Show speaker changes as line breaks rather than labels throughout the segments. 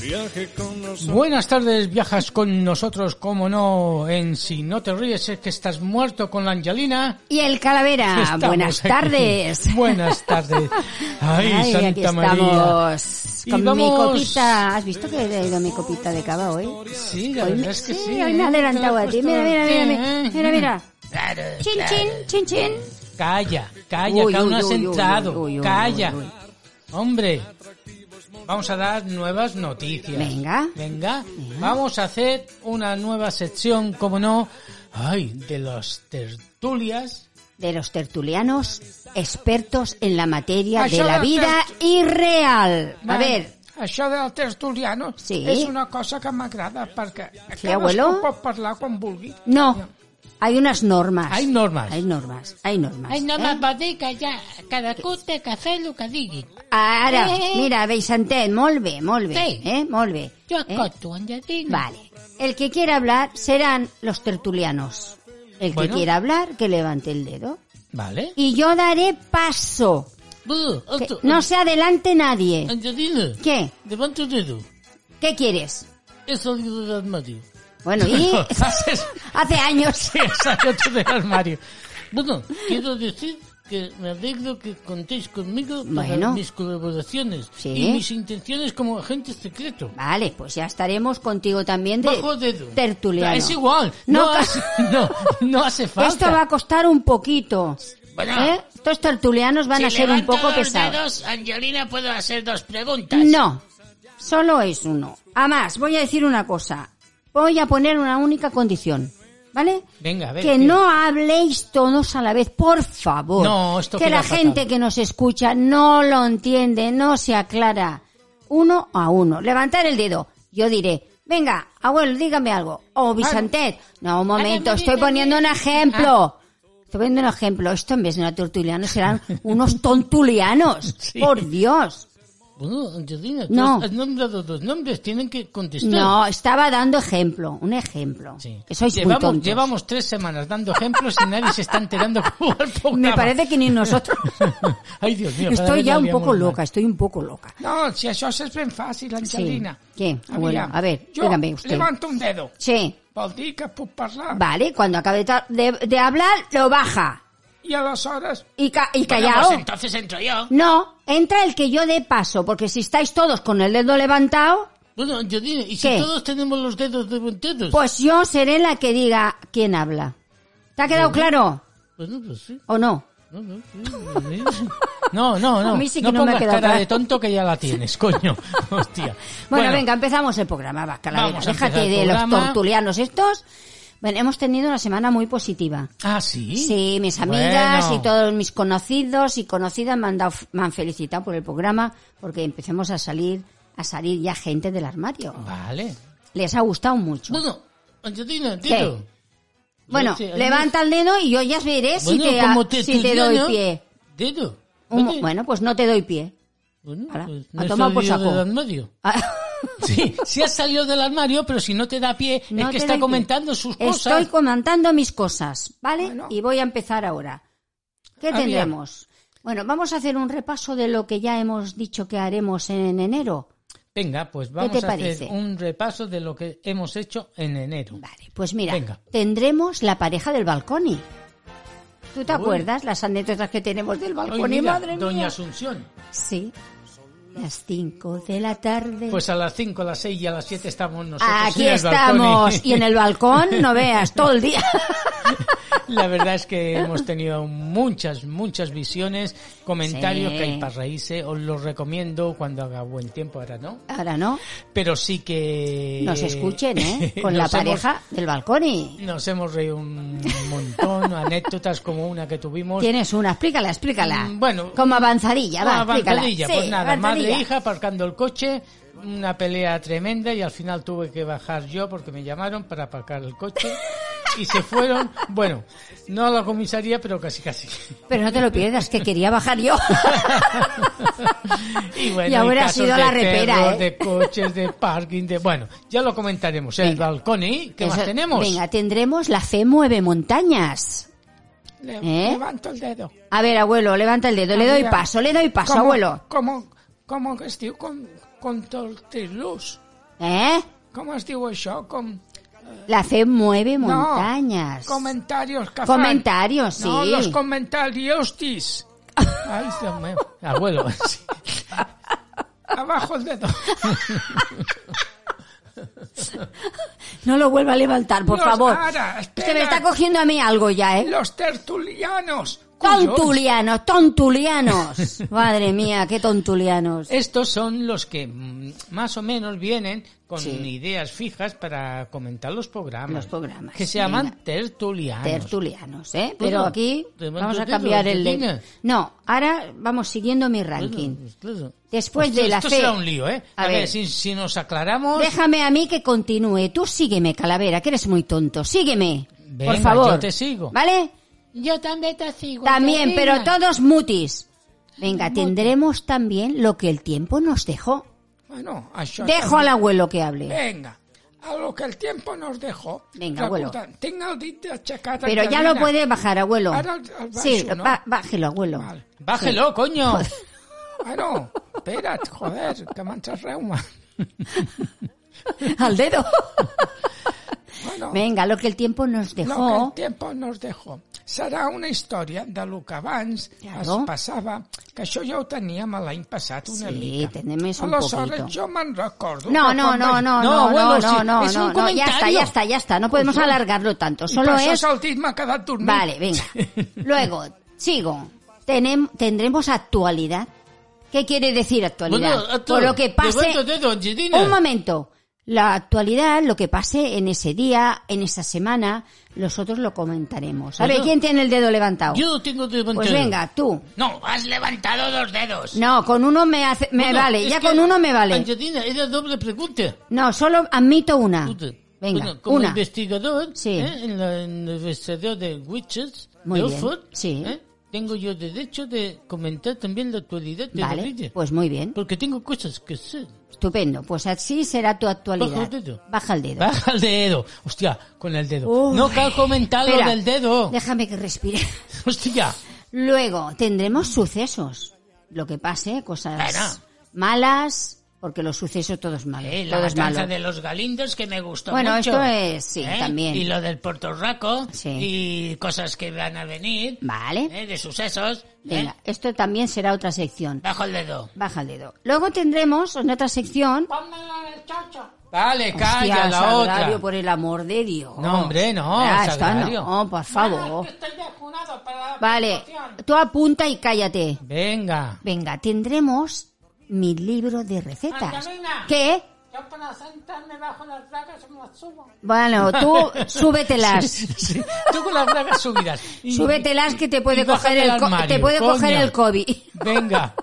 Viaje con nosotros.
Buenas tardes, viajas con nosotros, como no, en Si no te ríes es que estás muerto con la Angelina.
Y el Calavera,
Estamos
buenas
aquí.
tardes.
Buenas tardes. Ay,
Ay,
Santa
aquí
María.
estamos
Y
con mi
vamos-
copita. ¿Has visto que he traído mi copita de cava hoy?
Sí, la
Hoy
verdad
me-
es que sí.
sí, hoy me
¿eh?
he adelantado
Te la
a
he
ti.
puesto
Mira, mira, mira,
bien,
mira,
¿eh?
mira, mira.
Claro,
Chin,
claro.
chin, chin, chin.
Calla, calla,
Uy,
que aún
uy,
no has
uy, uy,
entrado.
uy, uy, uy,
calla.
uy, uy.
Hombre, vamos a dar nuevas noticias.
Venga.
Venga, vamos a hacer una nueva sección, como no, ay, de las tertulias.
De los tertulianos expertos en la materia de
Això
la
del
vida irreal. A ver,
Això del tertuliano
Sí.
és una cosa que m'agrada perquè
Sí, abuelo?
pot parlar quan vulgui.
no. Hay unas normas.
Hay normas.
Hay normas. Hay normas.
Ai, no
¿eh?
me'n va dir que ja, cadascú té que fer el que digui.
Ara,
Eh.
mira, Beixantet, molt bé, molt bé.
Sí.
Eh? Molt bé.
Jo
eh?
escolto, Angelina.
Vale. El que quiera hablar serán los tertulianos. El que
Bueno.
quiera hablar, que levante el dedo.
Vale.
Y yo daré paso.
Bu,
Que
esto-
no se adelante nadie.
Angelina,
¿Qué?
levanta el dedo.
¿Qué quieres?
He salido del armario.
Bueno, y...
Haces-
Hace años.
Salió tú del armario.
Bueno, quiero decir que me alegro que contéis conmigo para
Bueno.
mis colaboraciones
Sí.
y mis intenciones como agente secreto.
Vale, pues ya estaremos contigo también de
Bajo dedo.
tertuliano.
Es igual. No,
No,
hace, no, no hace falta.
Esto va a costar un poquito.
Bueno.
¿eh? Estos tertulianos van a ser un poco pesados.
Angelina, puedo hacer dos preguntas.
No, solo es uno. Además, voy a decir una cosa. Voy a poner una única condición, ¿vale?
Venga, a ver.
que
tío.
no habléis todos a la vez, por favor.
No, esto
que
queda
la
fatal.
gente que nos escucha no lo entiende, no se aclara. Uno a uno. Levantar el dedo. Yo diré, venga, abuelo, dígame algo. O Vicente. No, un momento,
Ahora me
estoy
dice
poniendo un ejemplo. Estoy poniendo un ejemplo. Esto en vez de una tertuliana serán unos tontulianos. Por Dios.
Bueno, Angelina, tú
No.
has nombrado dos nombres, tienen que contestar.
No, estaba dando ejemplo, un ejemplo.
Sí.
Que sois muy
llevamos,
tontos.
llevamos tres semanas dando ejemplos y nadie se está enterando cómo va el programa.
Me parece que ni nosotros.
Ay, Dios mío. cada
estoy
vez
ya
la
un
liamos
poco
más.
loca, estoy un poco loca.
No, si això és ben fàcil, Angelina.
Sí. Què,
Aviam,
abuela? A ver,
jo
dígame usted.
levanto un dedo.
Sí,
Vol dir que puc parlar.
vale, cuando acabe de, ta- de- de hablar, lo baja.
I aleshores...
Y, ca- y
Bueno,
callao.
pues entonces entro yo.
No, entra el que yo dé paso, porque si estáis todos con el dedo levantado,
Bueno, Angelina, ¿y si
¿Qué?
todos tenemos los dedos levantados?
pues yo seré la que diga quién habla. ¿Te ha quedado claro
Bueno, pues sí.
o no?
No, no, sí, sí.
No, no, no.
A mí sí que
no
no me ha
pongas
quedado
cara
claro.
de tonto que ya la tienes, coño. Hostia.
Bueno, venga, empezamos el programa, va, Calavera.
Vamos a
Déjate
empezar el
de los
programa.
tortulianos estos. Bueno, hemos tenido una semana muy positiva.
Ah, sí.
Sí, mis amigas
Bueno.
y todos mis conocidos y conocidas me han, dado- me han felicitado por el programa porque empecemos a salir a salir ya gente del armario.
Vale.
Les ha gustado mucho.
Bueno, Angelina,
¿Qué?
dilo.
Bueno,
Sí, sí,
levanta el dedo y yo ya veré si,
Bueno,
te, ha-
como te
si te doy
estudiano,
pie.
Dedo.
Un-
Vale.
bueno, pues no te doy pie.
Bueno,
Ala,
pues
a
he
tomar por
salido
saco.
del armario.
Sí, sí has salido del armario, pero si no te da pie,
No
es que
te
está
doy pie.
comentando sus cosas.
Estoy comentando mis cosas, ¿vale?
Bueno.
Y voy a empezar ahora. ¿Qué
Ah,
tendremos? Bueno, vamos a hacer un repaso de lo que ya hemos dicho que haremos en enero.
Venga, pues vamos a
te
hacer
parece?
un repaso de lo que hemos hecho en enero.
Vale, pues mira,
Venga.
tendremos la pareja del balcón. ¿Tú te
Uy.
acuerdas las anécdotas que tenemos del
Ay,
balcón?
mira,
pues madre
Doña
mía.
Asunción.
Sí. Las 5 de la tarde.
Pues a las 5, a las 6 y a las 7 estamos nosotros.
Eh. Aquí
en el balcón
estamos. Y en el balcón, no veas, todo el día.
La verdad es que hemos tenido muchas, muchas visiones, comentarios
Sí.
que hay para reírse. Os los recomiendo cuando haga buen tiempo, ahora no.
Ahora no,
Pero sí que...
nos escuchen, ¿eh? Con la
nos hemos-
pareja del balcón.
nos hemos reído un montón, anécdotas como una que tuvimos.
Tienes una, explícala, explícala.
Mm, bueno.
Como avanzadilla, va,
Una
explícala.
avanzadilla,
Sí,
pues nada, madre
avanzadilla.
e hija aparcando el coche, una pelea tremenda y al final tuve que bajar yo porque me llamaron para aparcar el coche y se fueron, bueno, no a la comisaría, pero casi casi.
Pero no te lo pierdas, que quería bajar yo.
Y bueno,
Y ahora ha
casos
sido
de
la repera,
perros,
¿eh?
de coches, de parking, de bueno, ya lo comentaremos, el
Venga.
balcón y qué
Eso-
más tenemos.
Venga, tendremos la fe mueve montañas.
Le-
¿Eh?
Levanto el dedo.
A ver, abuelo, levanta el dedo, le doy
Mira,
paso, le doy paso,
¿cómo-
abuelo.
¿Cómo, cómo que estoy con, con tortiluz?
Eh?
Com es diu això? Com...
La fe mueve
No,
montañas.
comentarios que fan.
Comentarios, sí.
No, los comentarios, tis. Ay, Dios mío. Abuelo. sí. Abajo el dedo.
No lo vuelva a levantar, por
Los-
favor.
Ara, espera.
que me está cogiendo a mí algo ya, ¿eh?
Los tertulianos. cuyos-
Tontulianos, tontulianos. Madre mía, qué tontulianos.
Estos son los que mm, más o menos vienen con
Sí.
ideas fijas para comentar los programas.
Los programas,
Que se
venga.
llaman tertulianos.
Tertulianos, ¿eh? Pero
Bueno,
aquí
te van
vamos a
tus
cambiar
dedos,
el...
¿qué
de-
tienes?
No, ahora vamos siguiendo mi
Bueno,
ranking.
pues claro.
Después
Hostia,
de la
esto
fe.
será un lío, ¿eh?
A
A, ver,
ver.
si, si nos aclaramos...
Déjame a mí que continúe. Tú sígueme, Calavera, que eres muy tonto. Sígueme,
Venga,
por favor.
yo te sigo.
¿Vale?
Yo también te sigo.
También, pero
Karina.
todos mutis. Venga, tendremos también lo que el tiempo nos dejó.
Bueno, això
Dejo al abuelo que hable.
Venga, a lo que el tiempo nos dejó.
Venga, abuelo.
Recorda, Tinc el dit aixecat.
Pero ya lo puede bajar, abuelo.
Ahora al- al
Sí,
baixo, ¿no?
ba- bájelo, abuelo.
Vale. Bájelo, coño. Ah, no, espera't, joder, que m'entres reuma.
Al dedo.
Bueno,
Venga, lo que el tiempo nos
lo que el
dejó.
tiempo nos dejó. Serà una història de lo que abans
Claro.
es passava, que això ja ho teníem l'any passat una
Sí,
mica.
tenem-hi un
Aleshores,
poquito.
jo me'n recordo.
No,
que
no,
quan
no,
vaig-
no, no, no,
abuelo,
no,
sí,
no,
es un
no, no, ya está,
comentario.
ya está, ya está. No podemos
Coño.
alargarlo tanto.
Y
Solo
por eso
es
saltís, m'ha quedat dormint.
Vale, venga. Luego, sigo. Tenem- tendremos actualidad. ¿Qué quiere decir actualidad?
Bueno, a tú,
Por lo que pase.
levántate, don Gidina.
Un momento. La actualidad, lo que pase en ese día, en esa semana, nosotros lo comentaremos. A ver,
Bueno.
¿quién tiene el dedo levantado?
Yo lo tengo levantado.
Pues venga, tú.
No, has levantado dos dedos.
No, con uno me hace, me
Bueno,
vale,
es
ya
que,
con uno me vale.
Angelina, era doble pregunta.
No, solo admito una.
Puta.
Ah, Venga,
Bueno, como
una.
investigador,
Sí.
¿eh? en la en la investigación de Witches,
Muy
de
bien,
Oxford,
sí.
¿eh? tengo yo derecho de comentar también la actualidad de la
Vale,
vida.
pues muy bien.
Porque tengo cosas que sé.
Estupendo. Pues así será tu actualidad.
Baja el dedo.
Baja el dedo.
Baja el dedo. Hostia, con el dedo.
Uf.
no cal comentar lo
Espera,
del dedo.
Déjame que respire.
Hostia.
Luego tendremos sucesos. Lo que pase, cosas
Bueno.
malas, porque los sucesos todos malos.
Eh, la
todo es
matanza
malo.
de los galindos que me gustó
Bueno,
mucho.
esto es- sí,
¿eh?
también.
Y lo del portorraco
Sí.
y cosas que van a venir
Vale.
¿eh? de sucesos.
Venga,
¿eh?
esto también será otra sección.
Bajo el dedo.
Baja el dedo. Luego tendremos en otra sección.
Vale, calla
Hostia,
la
Sagrario,
otra.
por el amor de Dios.
No, hombre, no,
Ah, esta
Sagrario.
no, por favor. Vale, tú apunta y cállate.
Venga.
Venga, tendremos mi libro de recetas.
Angelina.
¿Qué?
Yo para sentarme bajo las bragas me las subo.
Bueno, tú súbetelas.
Sí, tú con las bragas subidas. Y-
Súbetelas que te puede
y baja
coger
del
el co-
armario,
te puede
coño.
coger el COVID.
Venga.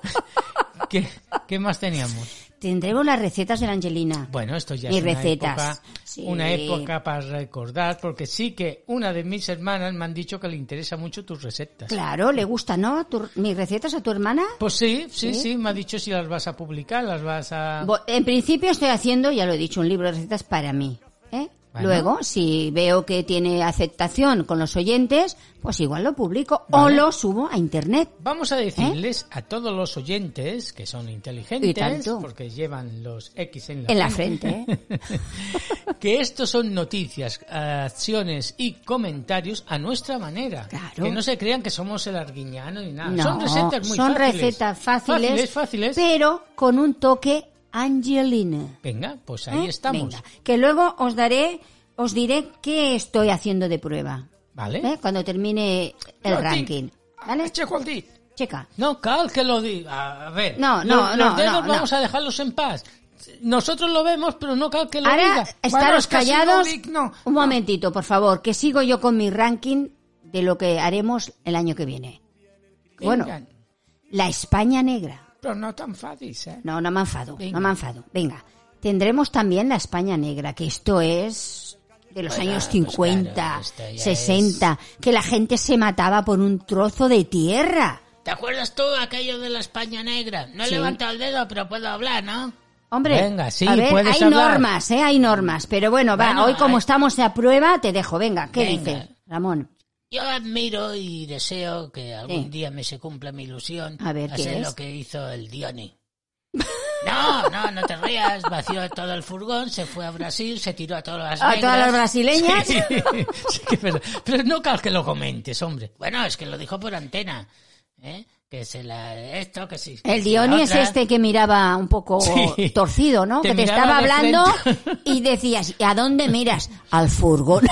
¿Qué, qué más teníamos?
Tendremos las recetas de la Angelina.
Bueno, esto ya
Y
es una
recetas.
época,
Sí.
una época para recordar, porque sí que una de mis hermanas me han dicho que le interesa mucho tus recetas.
Claro, le gusta, ¿no? Tu- mis recetas a tu hermana.
Pues sí, sí, sí, me ha dicho si las vas a publicar, las vas a...
Bo- En principio estoy haciendo, ya lo he dicho, un libro de recetas para mí. ¿eh?
Bueno.
Luego, si veo que tiene aceptación con los oyentes, pues igual lo publico
Vale.
o lo subo a internet.
Vamos a decirles a todos los oyentes que son
Y
inteligentes,
tanto.
porque llevan los X en la,
En la frente. ¿eh?
que estos son noticias, acciones y comentarios a nuestra manera.
Claro.
Que no se crean que somos el arguiñano ni nada. Ah,
No,
son recetas muy
son
fáciles.
recetas fáciles,
Fáciles, fáciles.
pero con un toque Angelina.
Venga, pues ahí
¿Eh?
estamos.
Venga, que luego os daré, os diré qué estoy haciendo de prueba.
¿Vale?
¿eh? Cuando termine el
No, sí.
ranking. ¿Vale?
Checo el dit.
Chica.
No, Cal, que lo diga. A ver.
No, no,
los, los
no,
dedos
no,
vamos
no.
a dejarlos en paz. Nosotros lo vemos, pero no Cal que lo
Ahora
diga. Bueno, es
estaros
que ha sido
callados.
digno.
Un momentito, por favor, que sigo yo con mi ranking de lo que haremos el año que viene. Bueno,
Venga,
la España negra.
Pero no tan fácil, ¿eh?
No, no me enfado,
Venga.
no me enfado. Venga, tendremos también la España negra, que esto es de los años
pues
50,
claro, esto ya
60, que la gente se mataba por un trozo de tierra.
¿Te acuerdas tú aquello de la España negra? No
Sí.
he levantado el dedo, pero puedo hablar, ¿no?
Hombre,
Venga, sí,
a ver,
puedes
hay
hablar.
normas, ¿eh? Hay normas. Pero bueno, va,
Bueno,
hoy como
hay-
estamos a prueba, te dejo. Venga, ¿qué
Venga.
dices, Ramón?
Yo admiro y deseo que algún
Sí.
día me se cumpla mi ilusión
A ver, ¿qué
hacer
es?
lo que hizo el Diony. No, no, no te rías. Vació todo el furgón, se fue a Brasil, se tiró a todas las
A todas las
negras.
brasileñas.
Sí,
Pues Sí que es verdad. Pero no cal que lo comentes, hombre.
Bueno, es que lo dijo por antena. ¿eh? Que se la. Esto, que sí. que
El
si la
Dioni es
otra.
este que miraba un poco
Sí.
torcido, ¿no?
Te
que te
miraba
estaba
de
hablando
frente.
y decías, ¿y a dónde miras? Al furgón.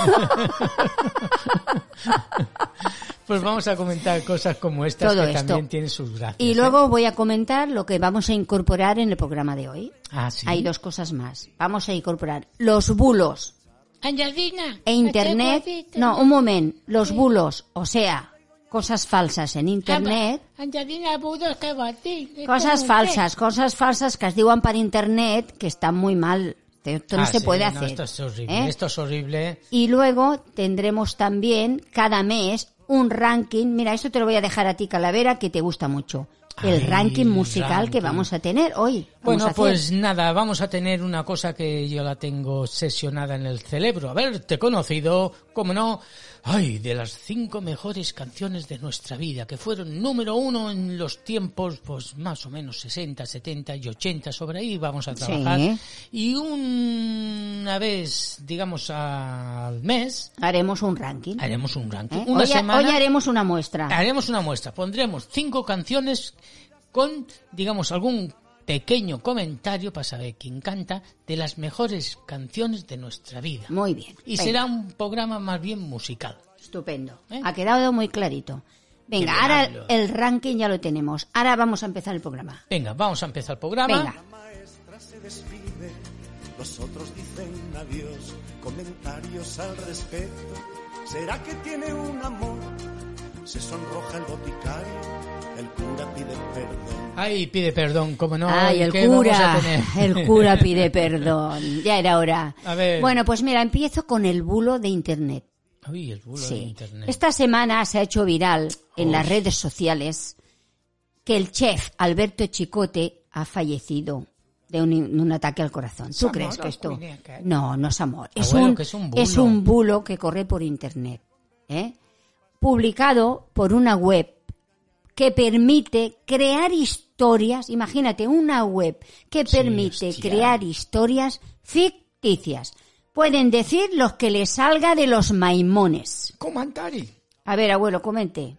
Pues vamos a comentar cosas como estas
Todo
que
esto.
también tienen sus gracias.
y luego voy a comentar lo que vamos a incorporar en el programa de hoy.
Ah, sí.
Hay dos cosas más. Vamos a incorporar los bulos
Angelina.
e internet. No, un momento. Los bulos, o sea, cosas falsas en internet.
Angelina Budos que va a ti. Es
Cosas
como
falsas, cosas falsas que es diuen per internet que están muy mal. Esto no
Ah,
se
sí,
puede
no,
hacer.
esto es horrible.
¿eh?
Esto es horrible.
Y luego tendremos también cada mes un ranking. Mira, esto te lo voy a dejar a ti, Calavera, que te gusta mucho. El
Ay,
ranking musical que
ranking.
vamos a tener hoy. Vamos a
Bueno,
hacer.
pues nada, vamos a tener una cosa que yo la tengo sesionada en el cerebro. Haberte conocido, como no, ay, de las cinco mejores canciones de nuestra vida, que fueron número uno en los tiempos, pues más o menos 60, 70 y 80, sobre ahí vamos a trabajar.
Sí.
Y una vez, digamos, al mes,
haremos un ranking.
haremos un ranking.
¿eh?
Una
Hoy,
semana.
hoy haremos una muestra.
Haremos una muestra, pondremos cinco canciones con, digamos, algún pequeño comentario para saber quién canta de las mejores canciones de nuestra vida.
Muy bien.
Y
venga,
será un programa más bien musical.
Estupendo.
¿Eh?
Ha quedado muy clarito. Venga,
Qué
ahora
diablo.
el ranking ya lo tenemos. Ahora vamos a empezar el programa.
Venga, vamos a empezar el programa.
Venga.
maestra se despide, los otros dicen adiós, comentarios al respecto. ¿Será que tiene un amor? Se sonroja el boticario, el cura pide perdón.
Ay, pide perdón, como no.
Ay, el
¿qué
cura,
vamos a tener?
el cura pide perdón, ya era hora.
A ver.
Bueno, pues mira, empiezo con el bulo de Internet.
Ay, el bulo de
Sí.
internet.
Esta semana se ha hecho viral en las redes sociales que el chef Alberto Chicote ha fallecido de un, de un ataque al corazón. ¿Tú
amor,
crees que
no,
esto?
coño, que-
No, no es amor. Es,
Abuelo,
un,
que es un bulo.
es un bulo que corre por internet. ¿eh? Publicado por una web que permite crear historias. Imagínate, una web que permite
hostia.
crear historias ficticias. Pueden decir los que les salga de los maimones.
Comentari.
A ver, abuelo, comente.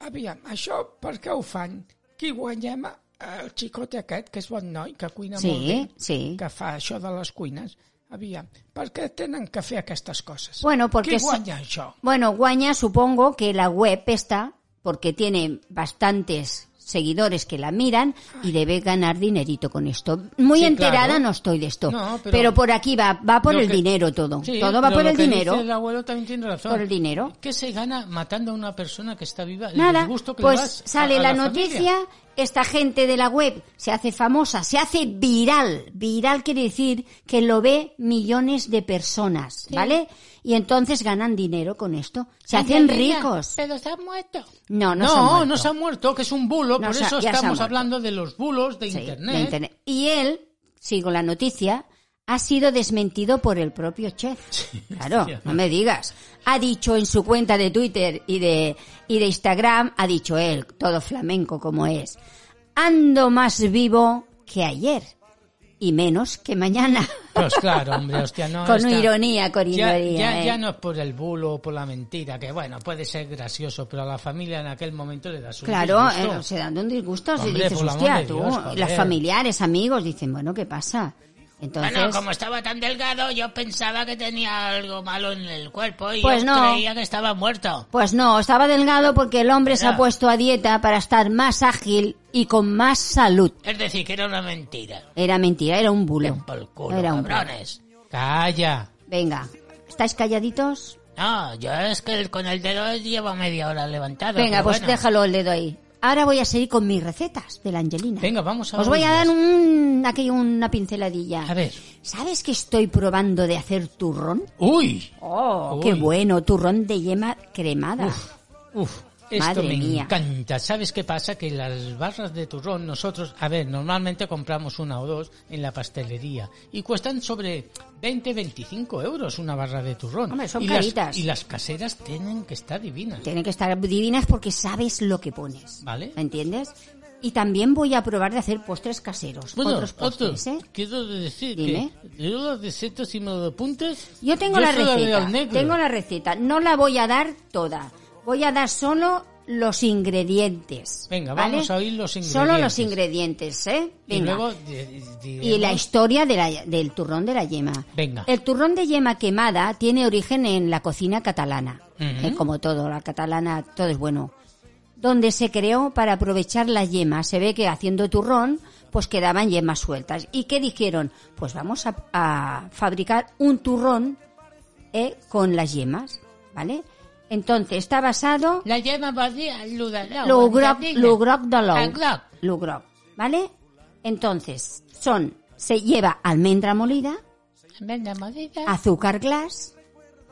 Aviam, això per què ho fan? Qui guanyem? eh, El xicot aquest, que és bon noi, que cuina
Sí,
molt bé,
sí.
que fa això de les cuines. Aviam, per què tenen que fer aquestes coses?
Bueno, porque
Qui
sí-
guanya això?
Bueno, Guaña, supongo que la web está, porque tiene bastantes seguidores que la miran y debe ganar dinerito con esto. Muy
Sí,
enterada
claro.
no estoy de esto,
No,
pero,
pero-
por aquí va, va por
Lo
el
que-
dinero todo.
Sí,
todo va
pero
por
lo
el
que
dinero.
dice el abuelo también tiene razón.
Por el dinero.
¿Qué se gana matando a una persona que está viva? El
Nada,
disgusto que le
pues
das a-
sale
a
la,
familia.
noticia, esta gente de la web se hace famosa, se hace viral. Viral quiere decir que lo ve millones de personas, ¿vale? Y entonces ganan dinero con esto. Se hacen
Angelina,
ricos.
Pero se ha muerto.
No, no, se han
No,
muerto.
no se ha muerto, que es un bulo,
No
por
se ha-
eso
ya se ha
estamos
muerto.
hablando de los bulos de,
Sí, de
internet.
internet. Y él, sigo la noticia, ha sido desmentido por el propio chef. claro,
hostia.
no me digas. Ha dicho en su cuenta de Twitter y de, y de Instagram, ha dicho él, todo flamenco como es, ando más vivo que ayer y menos que mañana.
Pues claro, hombre, hostia, no.
con
esta-
ironía, con
Ya,
ironía.
ya,
¿eh?
ya no es por el bulo o por la mentira, que bueno, puede ser gracioso, pero a la familia en aquel momento le da su
Claro,
disgusto.
eh, se dan un disgusto si
Hombre,
dices,
por el amor
hostia,
de
tú,
Dios,
y los
joder.
familiares, amigos, dicen, bueno, ¿qué pasa? Entonces,
Bueno, como estaba tan delgado, yo pensaba que tenía algo malo en el cuerpo y
Pues
yo
no.
creía que estaba muerto.
Pues no, estaba delgado porque el hombre se ha
Ya.
puesto a dieta para estar más ágil y con más salud.
Es decir, que era una mentira.
Era mentira, era un bulo.
Bien por el culo,
Era un bulo.
cabrones.
Calla.
Venga, ¿estáis calladitos?
No, yo es que el- con el dedo llevo media hora levantado.
Venga,
pero
pues
bueno.
déjalo el dedo ahí. Ahora voy a seguir con mis recetas de la Angelina.
Venga, vamos a
Os voy a
oírlas.
dar un, aquí una pinceladilla.
A ver.
¿Sabes que estoy probando de hacer turrón?
Uy.
¡Oh!
Uy.
¡Qué bueno! Turrón de yema cremada.
Uf, esto
Madre
me
mía.
encanta. ¿Sabes qué pasa? Que las barras de turrón, nosotros, a ver, normalmente compramos una o dos en la pastelería y cuestan sobre 20, 25 euros una barra de turrón.
Hombre, son
y las-
caritas.
y las caseras tienen que estar divinas.
Tienen que estar divinas porque sabes lo que pones.
Vale.
¿Me entiendes? Y también voy a probar de hacer postres caseros.
Bueno,
otros postres,
otro,
¿eh?
quiero decir
Dime.
que yo las recetas, si me lo apuntas,
Yo tengo
yo
la
se la doy
receta.
al negro.
Tengo la receta. No la voy a dar toda. Voy a dar solo los ingredientes.
Venga,
¿vale?
vamos a oír los
Solo los
ingredientes.
ingredientes, ¿eh?
y
Venga.
luego di- di-
Y la historia de la- del turrón de la yema.
Venga.
El turrón de yema quemada tiene origen en la cocina catalana.
Ujú.
Eh, como todo, la catalana, todo es bueno. Donde se creó para aprovechar la yema. Se ve que haciendo turrón, pues quedaban yemas sueltas. ¿Y qué dijeron? Pues vamos a, a fabricar un turrón eh, con las yemas, ¿vale? Entonces, está basado...
La llama vacía, ludará.
Lo groc, lo groc de l'ou.
El groc.
Lo groc, ¿vale? Entonces, son, se lleva almendra molida,
Venda madera.
azúcar glass,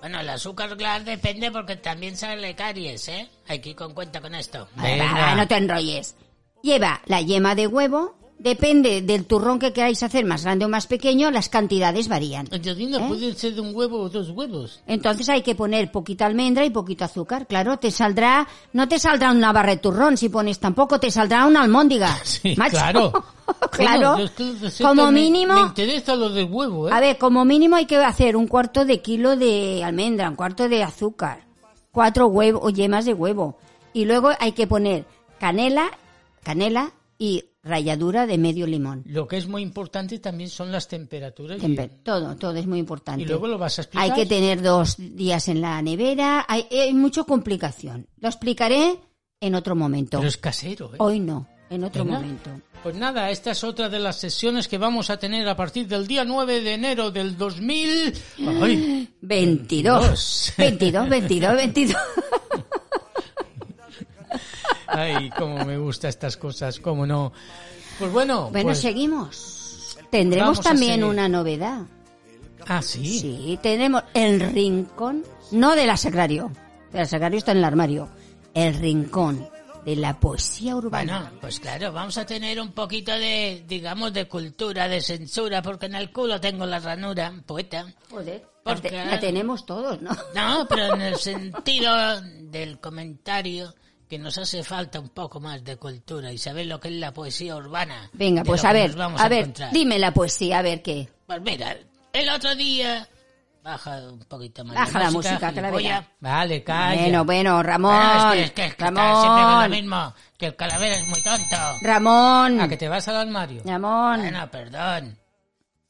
Bueno, el azúcar glass depende porque también sale caries, ¿eh? Hay que ir con cuenta con esto.
Va,
Venga.
va, no te enrolles. Lleva la yema de huevo, depende del turrón que queráis hacer, más grande o más pequeño, las cantidades varían.
Angelina,
¿Eh?
pueden ser de un huevo o dos huevos.
Entonces hay que poner poquita almendra y poquito azúcar. Claro, te saldrá, no te saldrá una barra de turrón si pones tampoco, te saldrá una almóndiga.
Sí,
macho.
claro.
claro.
Bueno, yo es que las recetas
Como
me-
mínimo.
Me interesa lo del huevo, ¿eh?
A ver, como mínimo hay que hacer un cuarto de kilo de almendra, un cuarto de azúcar, cuatro huevos o yemas de huevo. Y luego hay que poner canela, canela y ralladura de medio limón.
Lo que es muy importante también son las temperaturas. y-
Temper- Todo, todo es muy importante.
Y luego lo vas a explicar.
Hay que tener dos días en la nevera, hay, hay mucha complicación. Lo explicaré en otro momento.
Pero es casero, ¿eh?
Hoy no, en otro
Venga.
momento.
Pues nada, esta es otra de las sesiones que vamos a tener a partir del día 9 de enero del 2000. ¡Ay!
22. 22, 22, 22.
¡Ay! Cómo me gustan estas cosas, cómo no. Pues bueno.
Bueno,
pues-
seguimos. Tendremos
Vamos a
también
seguir.
una novedad.
Ah, sí.
Sí, tenemos el rincón, no del asacario, el asacario está en el armario, el rincón de la poesía urbana.
Bueno, pues claro, vamos a tener un poquito de, digamos, de cultura, de censura, porque en el culo tengo la ranura, poeta.
Joder,
¿Por
la, te-
qué?
la tenemos todos, ¿no?
No, pero en el sentido del comentario que nos hace falta un poco más de cultura y saber lo que es la poesía urbana.
Venga,
de
pues
lo
a
que
ver,
nos vamos
a ver,
encontrar.
dime la poesía, a ver qué.
Pues mira, el otro día... Baja un poquito más
Baja la música, que la
gilipollas.
verá.
Vale, calla.
Bueno, bueno, Ramón,
Bueno, Ah, es que, es que está siempre con lo
Ramón,
mismo, que el calavera es muy tonto.
Ramón,
A que te vas al armario.
Ramón,
Ah, Bueno, perdón.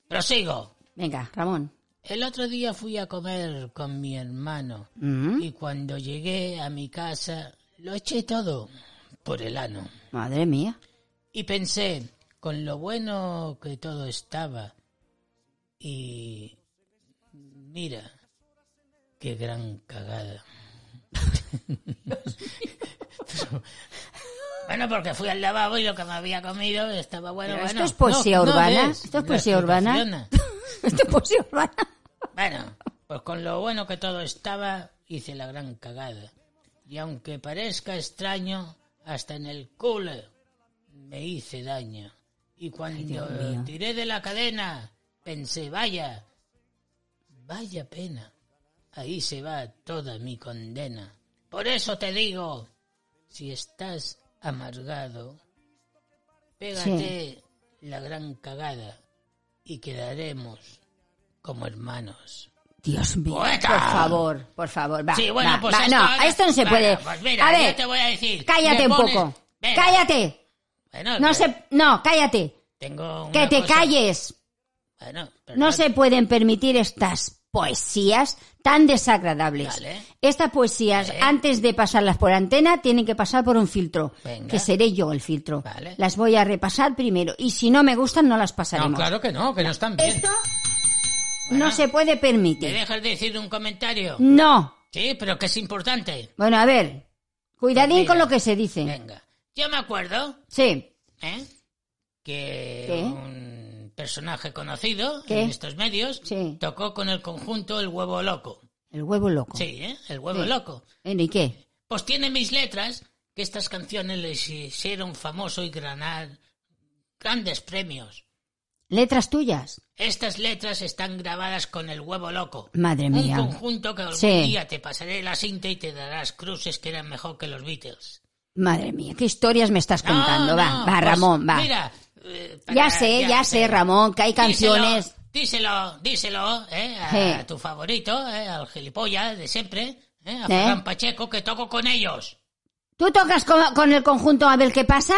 Prosigo.
venga, Ramón.
El otro día fui a comer con mi hermano
Mm,
y cuando llegué a mi casa lo eché todo por el ano.
Madre mía,
Y pensé, con lo bueno que todo estaba, y mira, qué gran cagada. Pero- bueno, porque fui al lavabo y lo que me había comido estaba bueno.
Pero
bueno.
esto es poesía
No, no
urbana,
ves,
esto es
la
poesía urbana.
explicación.
esto es poesía urbana.
Bueno, pues con lo bueno que todo estaba, hice la gran cagada. Y aunque parezca extraño, hasta en el culo me hice daño. Y cuando
Dios mío.
tiré de la cadena, pensé, vaya, vaya pena. Ahí se va toda mi condena. Por eso te digo, si estás amargado, pégate la gran cagada y quedaremos como hermanos.
Dios mío,
¡Poeta!
por favor, por favor, va,
Pues Sí, bueno,
va,
pues
va,
esto
no,
ahora-
esto no se
Bueno,
puede.
pues mira,
a
yo
ver,
te voy a decir,
cállate
me
un
pones-
poco.
Venga.
Cállate.
Bueno,
No
pero
se, no, cállate.
Tengo una
Que te
cosa-
calles.
Bueno, perdón.
No se pueden permitir estas poesías tan desagradables.
Vale.
Estas poesías, antes de pasarlas por antena, tienen que pasar por un filtro,
Venga.
que seré yo el filtro.
Vale.
Las voy a repasar primero y si no me gustan no las pasaremos.
No, claro que no, que no están bien.
Esto no se puede
¿Me
permitir.
dejas decir un comentario?
No.
Sí, pero que es importante.
Bueno, a ver. Cuidadín
Pues Mira.
con lo que se dice.
Venga. Yo me acuerdo,
Sí.
¿eh? Que
¿Qué?
un personaje conocido
¿Qué?
en estos medios
Sí.
tocó con el conjunto El Huevo Loco.
El huevo loco.
Sí, ¿eh? El Huevo
Sí.
Loco.
Bueno, ¿y qué?
Pues tiene mis letras que estas canciones les hicieron famoso y ganar grandes premios.
¿Letras tuyas?
Estas letras están grabadas con el huevo loco.
Madre mía.
Un conjunto que algún
Sí.
día te pasaré la cinta y te darás cruces que eran mejor que los Beatles.
Madre mía, qué historias me estás contando. va,
no,
va,
pues,
Ramón, va.
Mira, eh, para-
ya sé, ya, sé, Ramón, que hay canciones.
Díselo, díselo, eh, a
Sí.
tu favorito, eh, al gilipollas de siempre, eh, a
¿Eh?
Ferran Pacheco, que toco con ellos.
¿Tú tocas con, con el conjunto Abel qué pasa?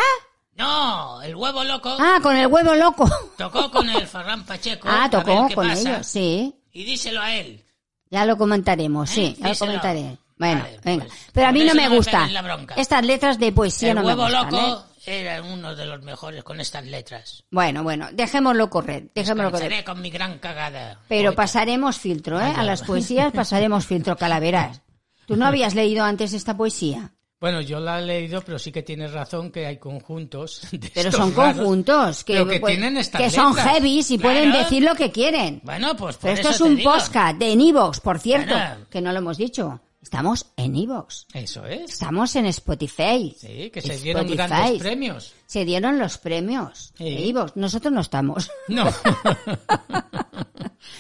No, el huevo loco
Ah, con el huevo loco.
tocó con el Ferran Pacheco.
Ah,
a
tocó
ver qué
con
pasa,
ellos, sí.
Y díselo a él.
Ya lo comentaremos, sí,
¿Eh?
ya lo
Díselo.
comentaré. Bueno,
Vale,
venga.
pues,
Pero a mí
con
no
eso
me
no me
gusta.
pegues la bronca.
Estas letras de poesía
el
no me
huevo
gustan. ¿eh?
loco era uno de los mejores con estas letras.
Bueno, bueno, dejémoslo correr, dejémoslo correr.
Cansaré con mi gran cagada.
Pero pasaremos filtro, ¿eh? A las poesías pasaremos filtro, calaveras. ¿Tú no habías leído antes esta poesía?
Bueno, yo la he leído, pero sí que tienes razón que hay conjuntos. de
Pero
estos
son
raros,
conjuntos que,
pero que,
pues,
tienen estas
que son
letras.
heavies y
Claro.
pueden decir lo que quieren.
Bueno, pues por
Pero esto
eso
es
te
un
digo.
podcast de Evox, por cierto,
Bueno.
que no lo hemos dicho. Estamos en Evox.
Eso es.
Estamos en Spotify.
Sí, que se dieron
Spotify.
grandes premios.
Se dieron los premios
Sí.
de Evox. Nosotros no estamos.
No.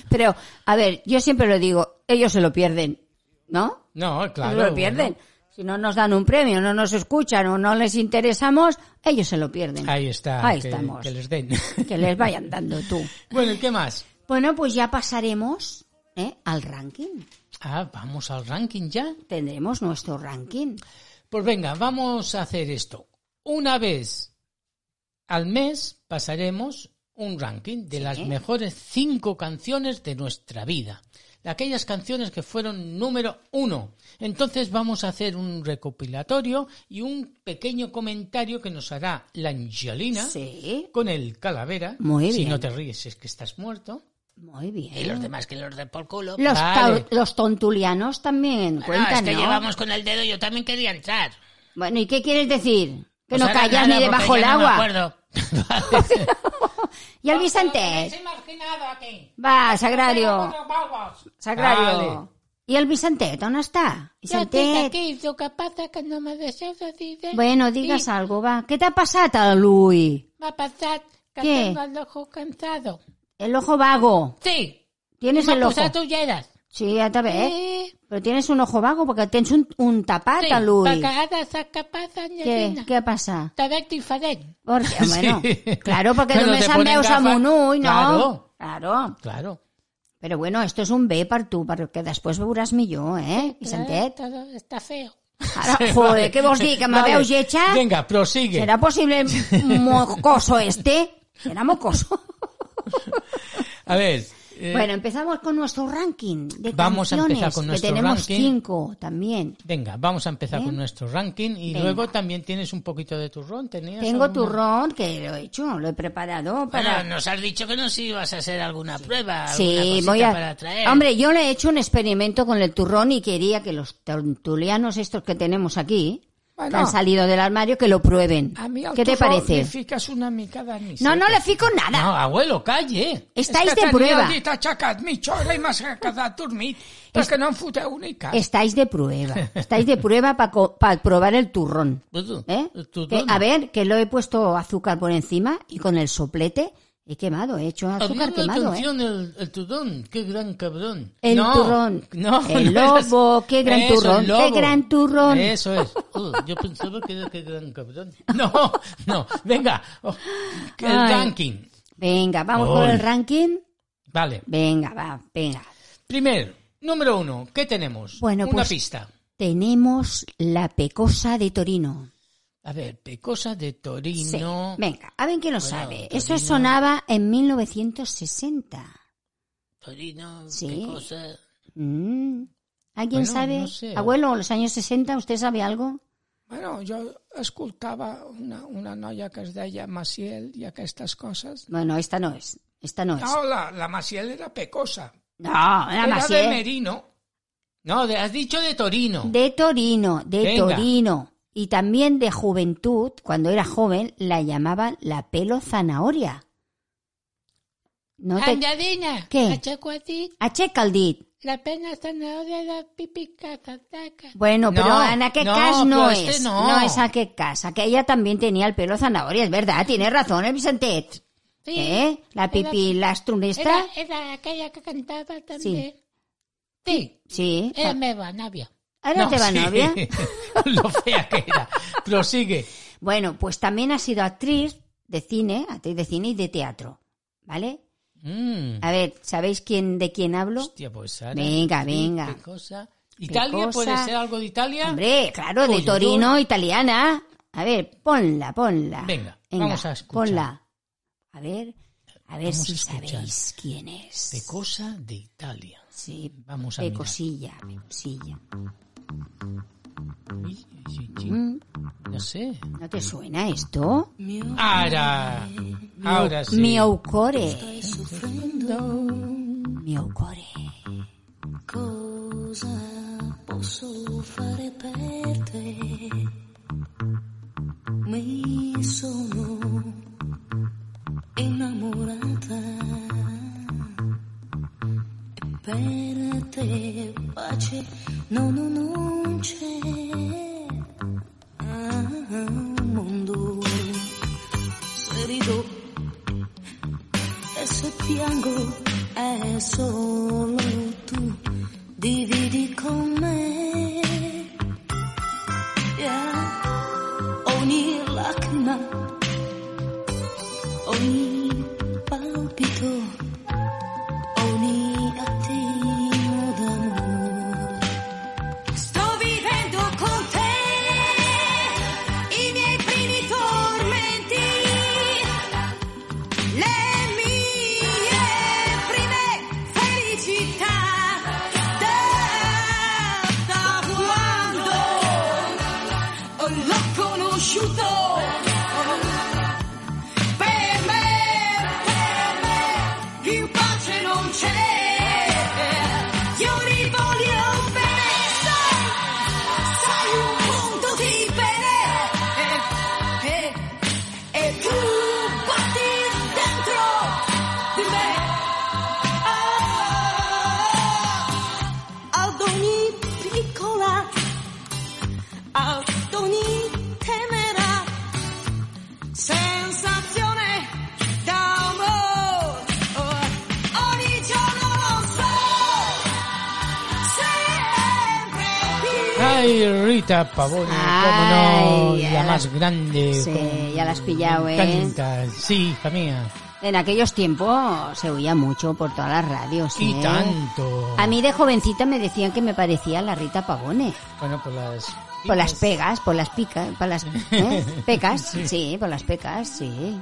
Pero, a ver, yo siempre lo digo, ellos se lo pierden, ¿no?
No, claro.
se lo pierden. Si no nos dan un premio, no nos escuchan o no les interesamos, ellos se lo pierden.
bueno. Ahí está.
Ahí
que,
estamos.
Que les den.
Que les vayan dando tú.
bueno, ¿y qué más?
Bueno, pues ya pasaremos ¿eh? al ranking.
Ah, vamos al ranking ya.
Tendremos nuestro ranking.
Pues venga, vamos a hacer esto. Una vez al mes pasaremos un ranking de las mejores cinco canciones de nuestra vida. De aquellas canciones que fueron número uno. Entonces vamos a hacer un recopilatorio y un pequeño comentario que nos hará la Angelina
Sí,
con el calavera.
Muy
si
bien.
no te ríes es que estás muerto.
muy
Y los
bien.
demás que los de por culo.
Los,
Vale.
tau- los tontulianos también
Bueno,
cuentan,
es que
¿no?
llevamos con el dedo, yo también quería entrar.
Bueno, ¿y qué quieres decir? Que
Pues
no
ahora nada,
callas ni
porque
debajo el
ya no me
agua.
acuerdo.
y el Vicente.
imaginado aquí.
Va, Sagrario. Sagrario.
Vale.
¿Y el Vicentet? ¿Dónde está?
Jo estic
Vicentet.
aquí, el que passa que no me deixeu de dir... eh?
Bueno, digues algo, va. ¿Qué te ha pasado, a Luis?
M'ha passat que
Què?
tengo el ojo cansado.
El ojo vago.
Sí,
¿Tienes
m'ha
el ojo?
posat ulleres.
Sí, ya te ve.
Eh,
Però tienes un ojo vago perquè tens un, un tapat
sí,
a l'ull.
perquè ara saps què passa,
Què,
Angelina?
què passa?
Te veig diferent.
Perquè, bueno,
Sí.
claro, perquè
Bueno,
només
te
em
ponen
veus amb
gafas.
un ull, no?
Claro.
Claro.
Claro.
Però bueno, esto es un bé per tu, perquè després veuràs millor, eh, Vicentet?
Ah, Todo está feo.
Ara, joder, què vols dir, que me
Vale.
veus lletja?
Venga, prosigue.
¿Será posible mocoso este? ¿Será mocoso?
A ver. eh,
Bueno, empezamos con nuestro ranking de
Vamos a empezar
canciones,
con nuestro
que tenemos
ranking.
cinco también.
Venga, vamos a empezar con nuestro ranking y
Venga.
luego también tienes un poquito de turrón. ¿Tenías
Tengo
alguna-
turrón, que lo he hecho, lo he preparado
Bueno,
para...
nos has dicho que nos ibas a hacer alguna prueba, alguna
Sí,
cosita
voy a...
para traer.
Hombre, yo le he hecho un experimento con el turrón y quería que los tertulianos estos que tenemos aquí,
Bueno.
que han salido del armario, que lo prueben.
A mi el
¿Qué te
torró
parece?
li fiques una mica d'anís.
No, no le fico nada. Eh,
No, abuelo, calle.
Estáis
és que
de prueba.
tenia el llit aixecat mitja hora i m'has quedat dormit
Eh,
perquè no em foteu ni cap.
Estáis de prueba. Estáis de prueba para probar el turrón. ¿Eh? Que, a ver, que lo he puesto azúcar por encima y con el soplete he quemado, he hecho
Había
azúcar
una
quemado, ¿eh?
canción, el, el turrón, qué gran cabrón.
El
No,
turrón.
No,
El
no era
lobo,
así.
qué gran
Eso, el
turrón, qué
lobo.
gran turrón.
Eso es. Uh, yo pensaba que era qué gran cabrón. No, no, venga. Oh, el
Ay.
ranking.
Venga, vamos por
Ay.
el ranking.
Vale.
Venga, va, venga.
Primero, número uno, ¿qué tenemos?
Bueno,
Una
pues-
pista.
Tenemos la pecosa de Torino.
A ver, pecosa de
Sí.
Torino.
Venga, a ver quién lo sabe. Eso sonaba en 1960.
Torino,
Sí.
qué cosa.
Mm. ¿Alguien
Bueno,
sabe?
no sé.
Abuelo, los años 60, ¿usted sabe algo?
Bueno, jo escoltava una, una noia que es deia Maciel i aquestes coses.
Bueno, esta no es. Esta no es.
No, la, la Maciel era pecosa.
No, la
era de
Maciel.
Merino.
No, de- has dicho de Torino.
De Torino, de
Venga.
Torino. Y también de juventud, cuando era joven, la llamaban la pelo zanahoria. No te...
Angelina,
Què?
aixeco a dit,
Aixeca el dit.
la pena zanahòria de pipi que s'ataca.
Bueno,
No,
pero en aquel
no,
caso no
però este
es.
no.
es aquel caso. Aquella también tenía el pelo zanahoria, es verdad, tiene razón, ¿eh, Vicentet?
Sí,
¿Eh? La pipi, la
era,
estrunista.
era aquella que cantava també.
Sí. Ah.
Sí,
Sí.
era meva, nàvia.
Ara no, teva
sí.
nòvia.
Lo fea que era. Prosigue.
Bueno, pues también ha sido actriz de cine, actriz de cine y de teatro. ¿Vale?
Mm.
A ver, ¿sabéis quién de quién hablo?
Hostia, pues ahora.
Venga,
qué-
venga.
qué cosa. ¿Italia?
cosa.
¿Puede ser algo de Italia?
Hombre, claro, de
Oye,
Torino, italiana. A ver, ponla, ponla.
Venga, vamos a escuchar.
Ponla. A ver, a ver
Vamos
si
a escuchar.
sabéis quién es.
De cosa de Italia.
sí,
Vamos a
de
mirar.
cosilla, de cosilla.
Uy, sí, sí.
Mm,
No sé.
¿No te suena esto?
Ahora. Ahora sí.
Miaucore. Miaucore.
Cosa posso fare per te? Mi sono innamorata e per te pace no, no, non c'è Ah, un mondo se rido e se piango è solo tu dividi con me Yeah. ogni lacrima ogni palpito ogni attimo d'amore Sto vivendo con te i miei primi tormenti, le mie prime felicità. Da- Da quando l'ho conosciuto, per me, per me, in pace non c'è. Io li voglio bene, sai, sai un mondo di bene. E, eh, e, e tu batti dentro di me. Ah, ad ogni piccola, ad ogni temera sensazione d'amore. Oh, Ogni giorno lo so, sempre più.
Ay, Rita Pavone, cómo no,
Ay,
la
a la-
más grande.
Sí,
cómo
ya la has pillado,
me
¿eh?
encanta. Sí, hija mía.
En aquellos tiempos se oía mucho por todas las radios.
Y
¿eh?
tanto.
A mí de jovencita me decían que me parecía a la Rita Pavone.
Bueno, pues las.
Por las pegas, por las picas, por las ¿eh? pecas, sí. por las pecas, sí.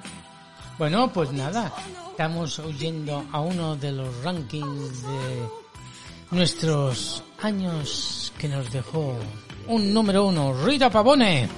Bueno, pues nada, estamos oyendo a uno de los rankings de nuestros años que nos dejó un número uno, Rita Pavone.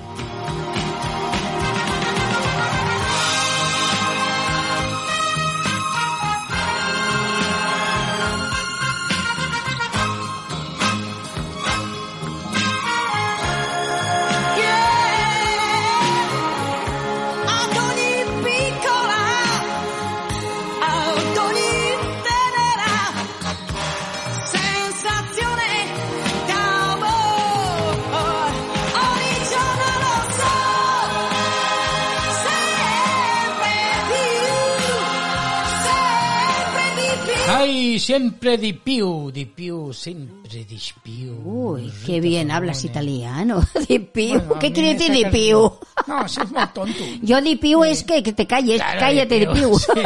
Ad ogni piccola, ad ogni tenera sensazione d'amore, ogni giorno lo so, sempre più, sempre di più.
Ay, siempre di più, di più, siempre di più.
Uy,
Rita
qué bien
Pavone.
hablas italiano. Di più.
Bueno, a
¿Qué
mí
quiere
esta
decir di
canción-
più?
No, si es muy tonto.
Yo di più es que, que te calles,
Claro,
cállate
di
di
più,
più.
sí.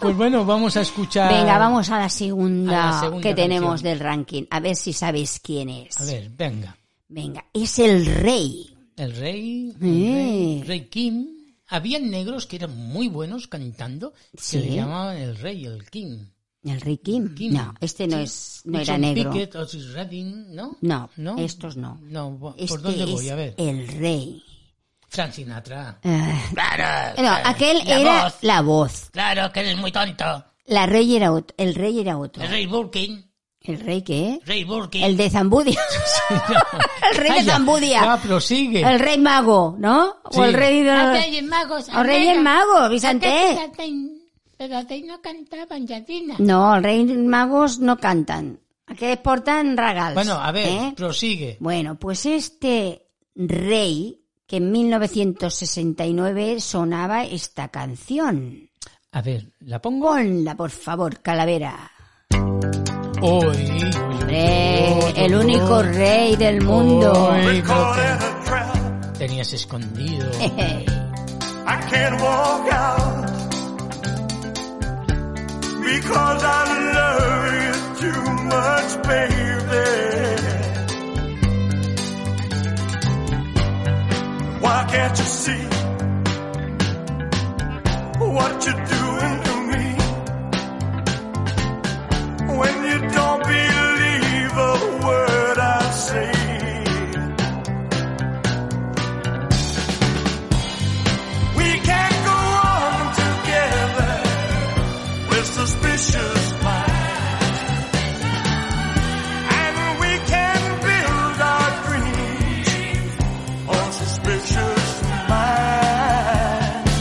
Pues bueno, vamos a escuchar.
Venga, vamos a la segunda,
A la segunda
que tenemos
canción.
del ranking. A ver si sabéis quién es.
A ver, venga.
Venga, es el rey.
El rey, el
Eh.
rey, rey Kim. Había negros que eran muy buenos cantando, se
Sí.
le llamaban el rey, el Kim.
¿El rey Kim?
Kim.
No, este no
Sí.
es, no era
Wilson
negro.
Pickett, Otis Redding, ¿no?
No, estos no.
No, ¿por
Este
dónde
es
voy? A ver.
el rey.
Frank Sinatra.
Ah,
Claro,
no, aquel era
Eh, voz.
la voz.
claro, que eres muy tonto.
La rey era ot- el rey era otro.
El rey Burkin,
¿El rey qué?
rey Burkin.
El de Zambudia. el rey de
Calla,
Zambudia.
Ya, prosigue.
El rey mago, ¿no?
Sí.
O el rey de...
Reyes Magos.
O reyes magos, Vicente.
Vicente. Pero de ahí no cantaban, Yadina.
No, el rey magos no cantan. Que portan ragals.
Bueno, a ver,
¿eh?
prosigue.
Bueno, pues este rey que en 1969 sonaba esta canción.
A ver, ¿la pongo?
Ponla, por favor, calavera.
Uy,
Hombre, el único rey del mundo.
Uy,
Caught
no
in a trap.
te tenías escondido.
Eh,
I can't walk out because I love you too much, baby. Why can't you see what you're doing to me when you don't believe a word I say? We can't go on together with suspicious minds. And we can build our dreams on suspicious minds.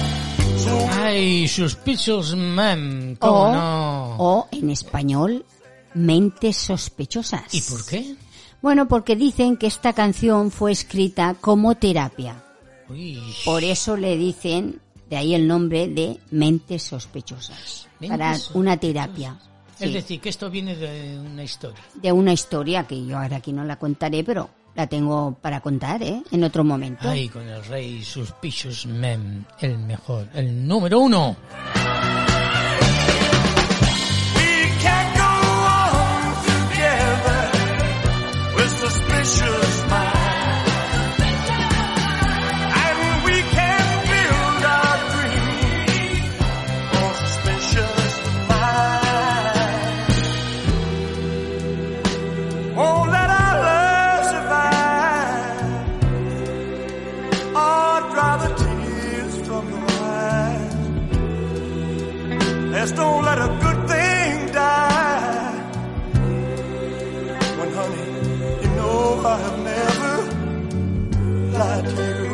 So
Ay, Suspicious Man, cómo
O,
no.
o, en español, mentes sospechosas.
¿Y por qué?
Bueno, porque dicen que esta canción fue escrita como terapia.
Uy,
Por eso le dicen, de ahí el nombre de mentes sospechosas.
Mentes
para
sospechosas.
una terapia.
Es
Sí,
decir, que esto viene de una historia.
de una historia que yo ahora aquí no la contaré, pero la tengo para contar, ¿eh? En otro momento.
Ay, con el rey Suspicious Man, el mejor, el número uno.
we can't go on together with suspicious minds. And we can build our dreams on suspicious minds. Won't let our love survive or dry the tears from your eyes. Let's don't let a good thing die. When honey, you know I have never lied to you.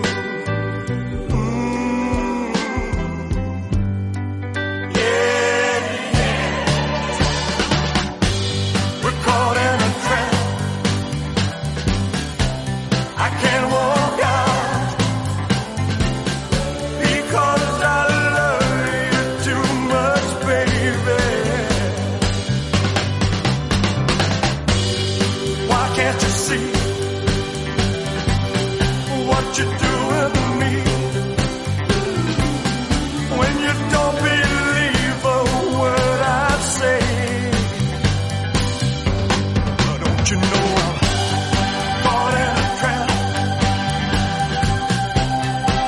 Mm. Yeah, yeah. We're caught in a trap. I can't walk out. Because I love you too much, baby. Why can't you see what you're doing to me? When you don't believe a word I say, don't you know I'm caught in a trap?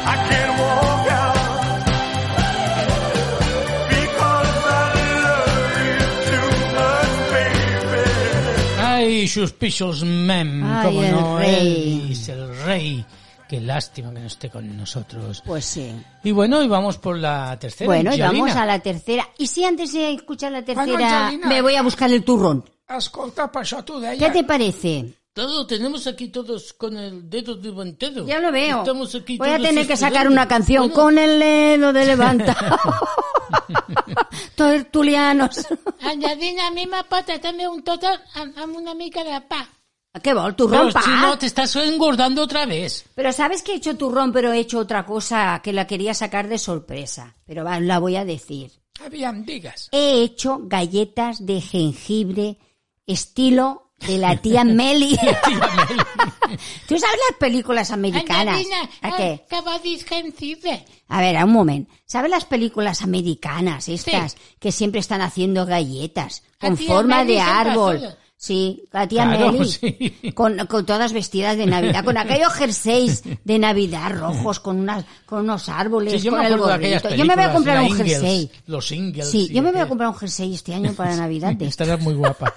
I can't walk out because I love you too much, baby.
Ay, Suspicious Man,
Ay,
cómo
el
no,
rey.
él es el rey. Qué lástima que no esté con nosotros.
Pues sí.
Y bueno, y vamos por la tercera.
Bueno, y
Angelina.
vamos a la tercera. Y si antes de escuchar la tercera
Angelina.
me voy a buscar el turrón.
Escolta, per això t'ho deia.
¿Qué te parece?
Todo, tenemos aquí todos con el dedo levantado.
Ya lo veo.
Estamos aquí
Voy a
todos
tener que sacar
esperando.
una canción
Bueno,
con el dedo de levanta. Tertulianos.
Angelina, a mi me pot també un tot amb, amb una mica de pa.
¿Qué vol? Turrón,
Pero
pa.
chino, te estás engordando otra vez.
Pero sabes que he hecho turrón, pero he hecho otra cosa que la quería sacar de sorpresa. Pero va, la voy a decir.
Aviam, digues.
He hecho galletas de jengibre estilo de la tía Meli. ¿Tú sabes las películas americanas?
Angelina,
¿A
eh,
qué?
que vol dir jengibre?
A ver, a un momento. ¿Sabes las películas americanas estas que siempre están haciendo galletas con
La tía
forma
Mary
de
siempre
árbol?
hace-
Sí, la tía
Claro,
Mary,
sí.
con, con todas vestidas de Navidad, con aquellos jerseys de Navidad rojos, con unas, con unos árboles,
Sí, yo
con
me
el
acuerdo de aquellas
gorrito. Yo me voy a
películas,
comprar
la
un
Ingalls,
jersey.
Los Ingalls.
Sí,
y
yo me voy a
aquel-
comprar un jersey este año para Navidad de esto.
Estarás muy guapa.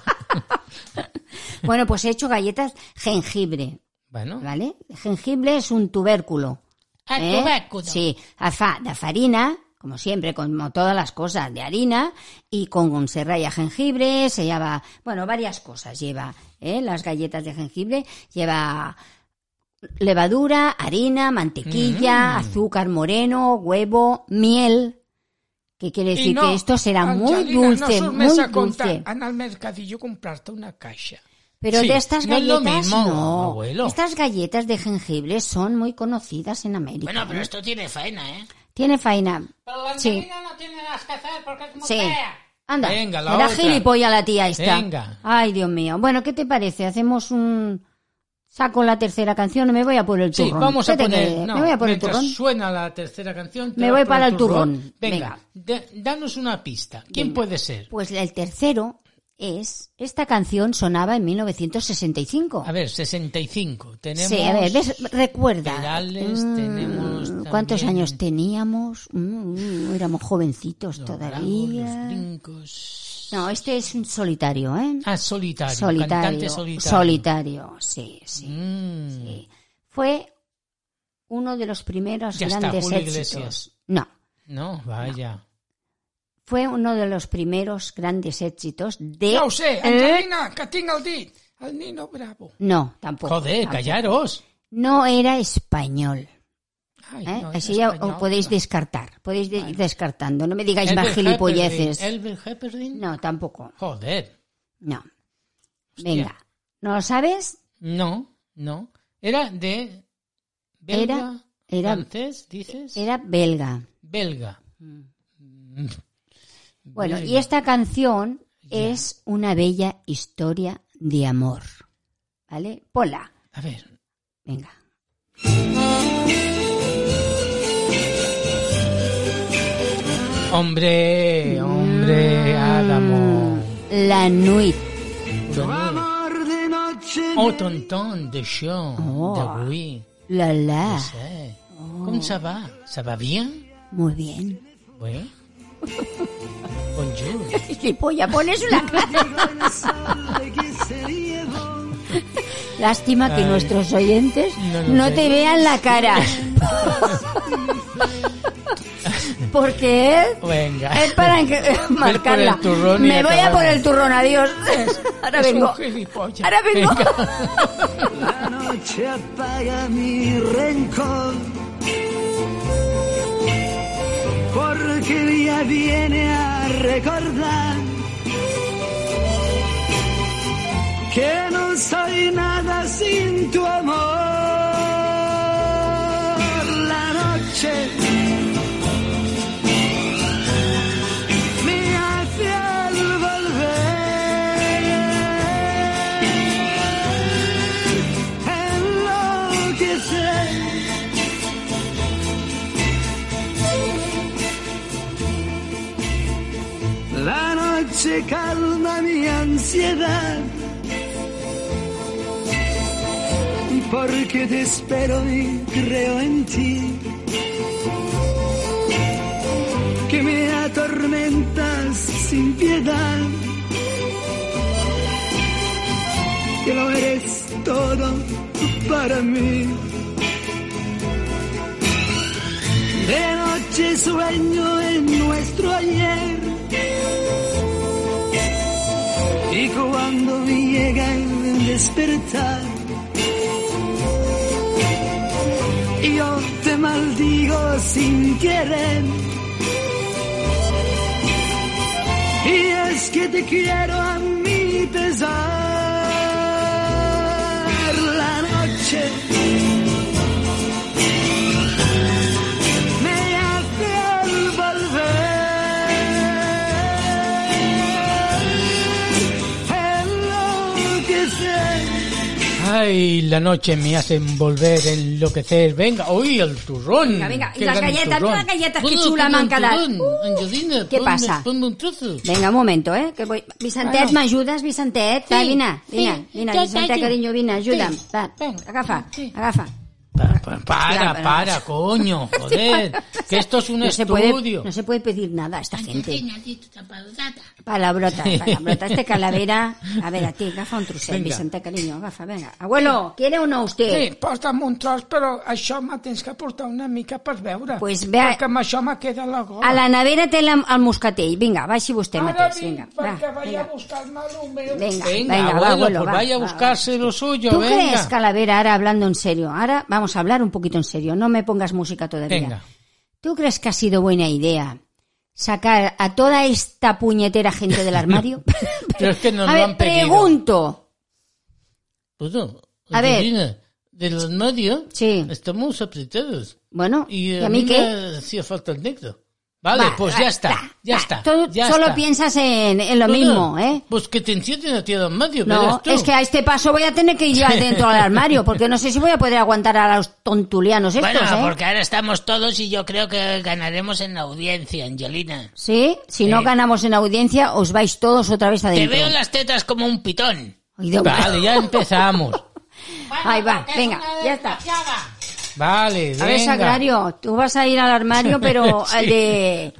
Bueno, pues he hecho galletas jengibre,
bueno,
¿vale? Jengibre es un tubérculo.
El
¿Eh?
tubérculo.
Sí, a fa- de farina, como siempre, como todas las cosas, de harina y con, con- se raya jengibre, se lleva, bueno, varias cosas lleva, ¿eh? las galletas de jengibre, lleva levadura, harina, mantequilla, azúcar moreno, huevo, miel. ¿Qué quiere
I
decir? que esto será muy
Angelina,
dulce,
no surt
muy
més a
dulce.
compte anar al mercadillo a comprar-te una caixa.
Pero
Sí,
de estas
no es lo
galletas
mismo,
no.
abuelo.
Estas galletas de jengibre son muy conocidas en América.
Bueno, pero
¿eh?
esto tiene faena, ¿eh?
Tiene faena.
Pero la
Sí.
Angelina no tiene las que hacer porque es muy
Sí.
fea.
Anda,
Venga, la
era
otra.
gilipollas la tía esta.
Venga.
Ay, Dios mío. Bueno, ¿qué te parece? Hacemos un... Saco la tercera canción y me voy a por el
Sí,
turrón.
vamos a
¿Qué te
poner.
crees?
no,
me voy a por el
mientras
turrón.
suena la tercera canción. te
Me
vas
voy
por
para el turrón.
Venga, da- danos una pista. ¿Quién puede ser?
Pues el tercero es... Esta canción sonaba en 1965.
A ver, 65. Tenemos.
Sí, a ver, ves, recuerda. Mm,
Perales, tenemos
¿Cuántos
también-
años teníamos? Mm, mm, éramos jovencitos
los bravos, los
todavía.
brincos.
No, este es un solitario, ¿eh?
Ah, solitario. Cantante
solitario.
solitario.
Solitario, sí, sí.
Mm.
sí. Fue uno de los primeros
Ya está,
grandes
Julio
éxitos.
Iglesias.
No,
No, vaya.
fue uno de los primeros grandes éxitos de.
Ja ho sé, Angelina, que tinc el dit. El Nino Bravo.
No, tampoco.
Joder,
tampoco.
callaros.
No era español.
Ai,
¿eh?
no,
Así
és
ya
espanyol.
os podéis descartar. Podéis de- ir descartando. No me digáis más
Elbert
gilipolleces.
Humperdinck, Elbert Humperdinck.
No, tampoco.
Joder.
No. Venga. ¿No lo sabes?
No, no. Era de. Belga,
Era- era-
francés, dices.
Era belga.
belga.
Bueno, y esta canción es una bella historia de amor. ¿Vale? Pola.
A ver.
Venga.
Hombre, hombre, Adamo.
La Nuit.
Oh, tonton, de show,
Oh.
de oui.
La la.
Eh, Com ça va? Ça va bien?
Muy bien.
Oui. Bonjour.
Gilipollas, pones una cara. Lástima que nuestros oyentes
No
no,
nos
te
ven.
vean la cara. Porque es
Venga.
Es para enca- marcarla.
el turrón y
Me voy a
acabamos.
por el turrón, adiós. Ahora
És
vengo.
un gilipolles.
Ahora vengo.
La noche apaga mi rencor. Porque el día viene a recordar que no soy nada sin tu amor. La noche me hace al volver enloquecer. La noche calma mi ansiedad, porque te espero y creo en ti, que me atormentas sin piedad, que lo eres todo para mí. De noche sueño en nuestro ayer. Y cuando llega el despertar, yo te maldigo sin querer. Y es que te quiero a mi pesar. La noche me hace al volver enloquecer.
Ay, la noche me hacen volver a enloquecer. Venga, uy, el turrón.
Venga, venga, y
Qué
las
gran
galletas,
turrón.
las galletas, qué
Ponme- ponme
chula Uh, m'han
un
quedat.
turrón, Angelina,
què
ponme-
passa?
Ponme un trozo.
Venga, un momento, eh, que voy. Vicentet,
Bueno.
m'ajudes, Vicentet? Va,
Sí,
vine, vine,
sí,
vine,
jo
Vicentet,
t'ajudo.
carinyo, vine, ajuda'm.
Sí,
Va,
venga.
agafa,
Sí.
agafa.
Pa- pa- Para,
Claro,
para, coño, joder. Que esto es un
No se, puede,
estudio.
no se puede pedir nada a esta gente.
Nadito, tapadata.
Palabrota, palabrota. Este calavera... A ver, a ti, agafa un trosset,
Venga.
Vicentet, cariño, agafa, venga. Abuelo, ¿quiere uno usted?
Sí, porta'm un tros, però això me tens que portar una mica per veure.
Pues ve a-
Perquè amb això me queda la gola.
A la nevera té la- el moscatell. Vinga, baixi vostè
Ara
mateix.
vinc,
Vinga,
perquè
va,
vaig
vinga.
a buscar-me el meu.
Venga, venga,
Venga,
va,
abuelo,
abuelo,
pues
va,
vaya a
va, va.
buscarse lo suyo,
¿Tú
venga.
crees, Calavera, ahora hablando en serio? Ahora vamos a hablar un poquito en serio, no me pongas música todavía.
Venga.
¿Tú crees que ha sido buena idea sacar a toda esta puñetera gente del armario?
Pero es que nos
a
lo
ver,
han pedido.
pregunto.
Bueno,
A ver.
pues Angelina, del armario
Sí.
estamos apretados.
Bueno,
Y
¿y a mí
me
qué?
hacía falta el negro. Vale,
Va,
pues
va,
ya está,
va,
ya
va.
está.
Tú
ya
solo
está.
piensas en, en lo
No,
mismo,
no,
¿eh?
Pues que te encienden a ti, don Mario,
No,
verás tú.
es que a este paso voy a tener que ir yo dentro del armario, porque no sé si voy a poder aguantar a los tontulianos estos,
Bueno,
¿eh?
porque ahora estamos todos y yo creo que ganaremos en la audiencia, Angelina.
Sí, si no ganamos en audiencia, os vais todos otra vez
Te
adentro.
veo las tetas como un pitón.
Ay, Dios mío.
Vale, ya empezamos.
Ahí va, venga, ya está.
Vale, venga.
A ver, Sagrario, tú vas a ir al armario, pero
Sí.
el de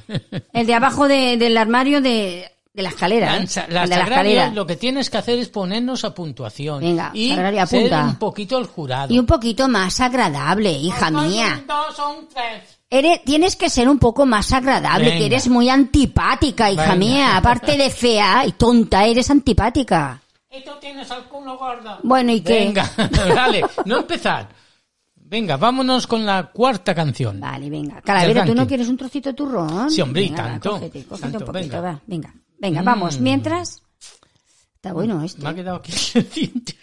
el de abajo de- del armario de, de la escalera. ¿eh?
Lanza-
El
la
de la
Sagrario,
escalera.
lo que tienes que hacer es ponernos a puntuación.
Venga,
y
Sagrario,
ser
apunta.
un poquito el jurado.
Y un poquito más agradable, hija mía.
Un, dos, un, tres.
Eres- tienes que ser un poco más agradable, que
Venga.
eres muy antipática, hija
Venga.
mía. Aparte de fea y tonta, eres antipática.
Y tú tienes el culo gordo.
Bueno, ¿y qué?
Venga, vale, no empezar. Venga, vámonos con la cuarta canción.
Vale, venga. Calavera, ¿tú
Del
no
ranking.
quieres un trocito de turrón?
Sí, hombre, y
Venga, va,
tanto,
cógete, cógete
tanto,
un poquito,
venga. Mm.
va, venga. Venga, vamos. Mientras... Está bueno esto.
Me ha quedado aquí el diente.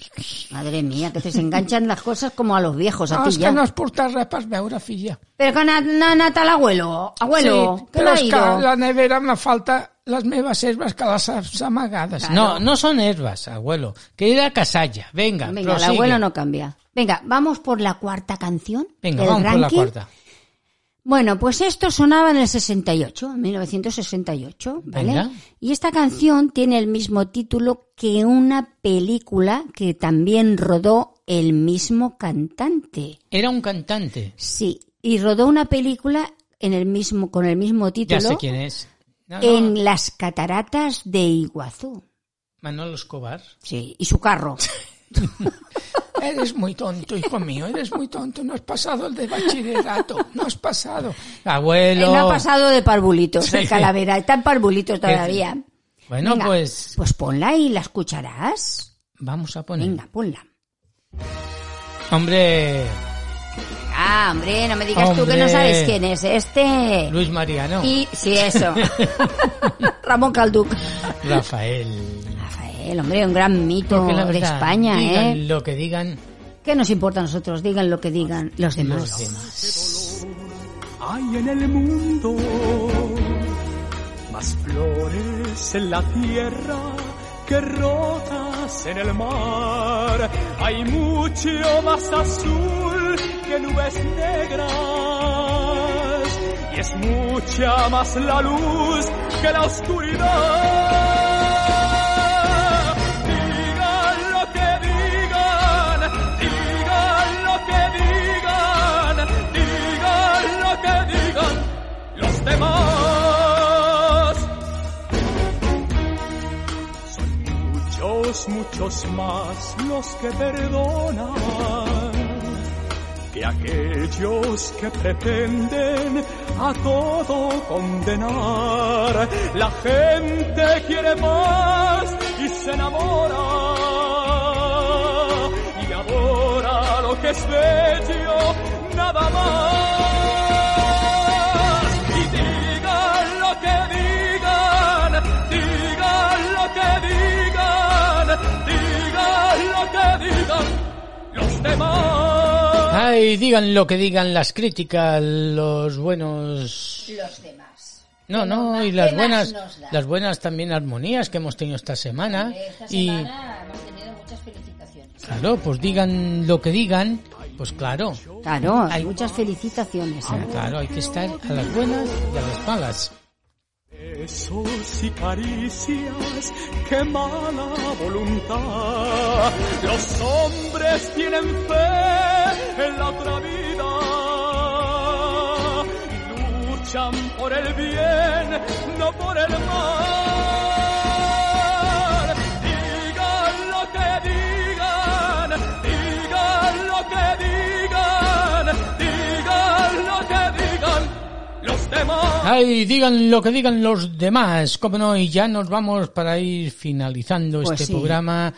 Madre mía, que se enganchan las cosas como a los viejos
No,
aquí
és
ja.
que no Ah, es porta res per veure, filla.
Pero que no no ha anat a l'abuelo. Abuelo,
sí,
que
però
no ha
és que
ido.
a la nevera me falta les meves herbes que les has amagades.
No, no son herbas, abuelo. Que era casalla. Venga,
Venga, el
prosigue.
abuelo no cambia. Venga, vamos por la cuarta canción
Venga,
del
vamos por la
ranking.
cuarta.
Bueno, pues esto sonaba en el 68, en 1968, ¿vale?
Venga.
Y esta canción tiene el mismo título que una película que también rodó el mismo cantante.
Era un cantante.
Sí, y rodó una película en el mismo con el mismo título
Ya sé quién es. No, no,
en las cataratas de Iguazú.
Manolo Escobar.
Sí, y su carro.
Eres muy tonto, hijo mío, eres muy tonto. No has pasado el de bachillerato, no has pasado.
Él
Abuelo.
Eh, no ha pasado de parvulitos,
Sí.
el calavera, está en parvulitos todavía.
Bueno,
Venga,
pues Mm.
Pues ponla y la escucharás.
vamos a poner.
Venga, ponla.
Hombre,
Ah, hombre, no me digas tú que no
Hombre.
sabes quién es este.
Luis Mariano.
Y sí, eso. Ramón Calduc.
Rafael.
Rafael, hombre, un gran mito
Porque la
de
verdad,
España,
digan
¿eh?
Lo que digan
¿Qué nos importa a nosotros? Digan lo que digan los demás.
los demás.
hay en el mundo más flores en la tierra que rotas en el mar. Hay mucho más azul que nubes negras y es mucha más la luz que la oscuridad. Digan lo que digan, digan lo que digan, digan lo que digan los demás. Son muchos, muchos más los que perdonan que aquellos que pretenden a todo condenar. La gente quiere más y se enamora y adora lo que es bello, nada más. Y digan lo que digan, digan lo que digan, digan lo que digan los demás.
Ay, digan lo que digan las críticas, los buenos.
Los demás.
No, no,
más
y las
que más
buenas,
nos da.
las buenas también armonías que hemos tenido esta semana. y
hemos tenido muchas felicitaciones.
claro, pues digan lo que digan, pues claro,
Claro, hay muchas felicitaciones. ¿eh?
claro, hay que estar a las buenas y a las malas.
Besos y caricias, qué mala voluntad. Los hombres tienen fe en la otra vida y luchan por el bien, no por el mal. Digan lo que digan, digan lo que digan, digan lo que digan los demás.
Ay, digan lo que digan los demás, cómo no, y ya nos vamos para ir finalizando
Pues
este
sí.
programa.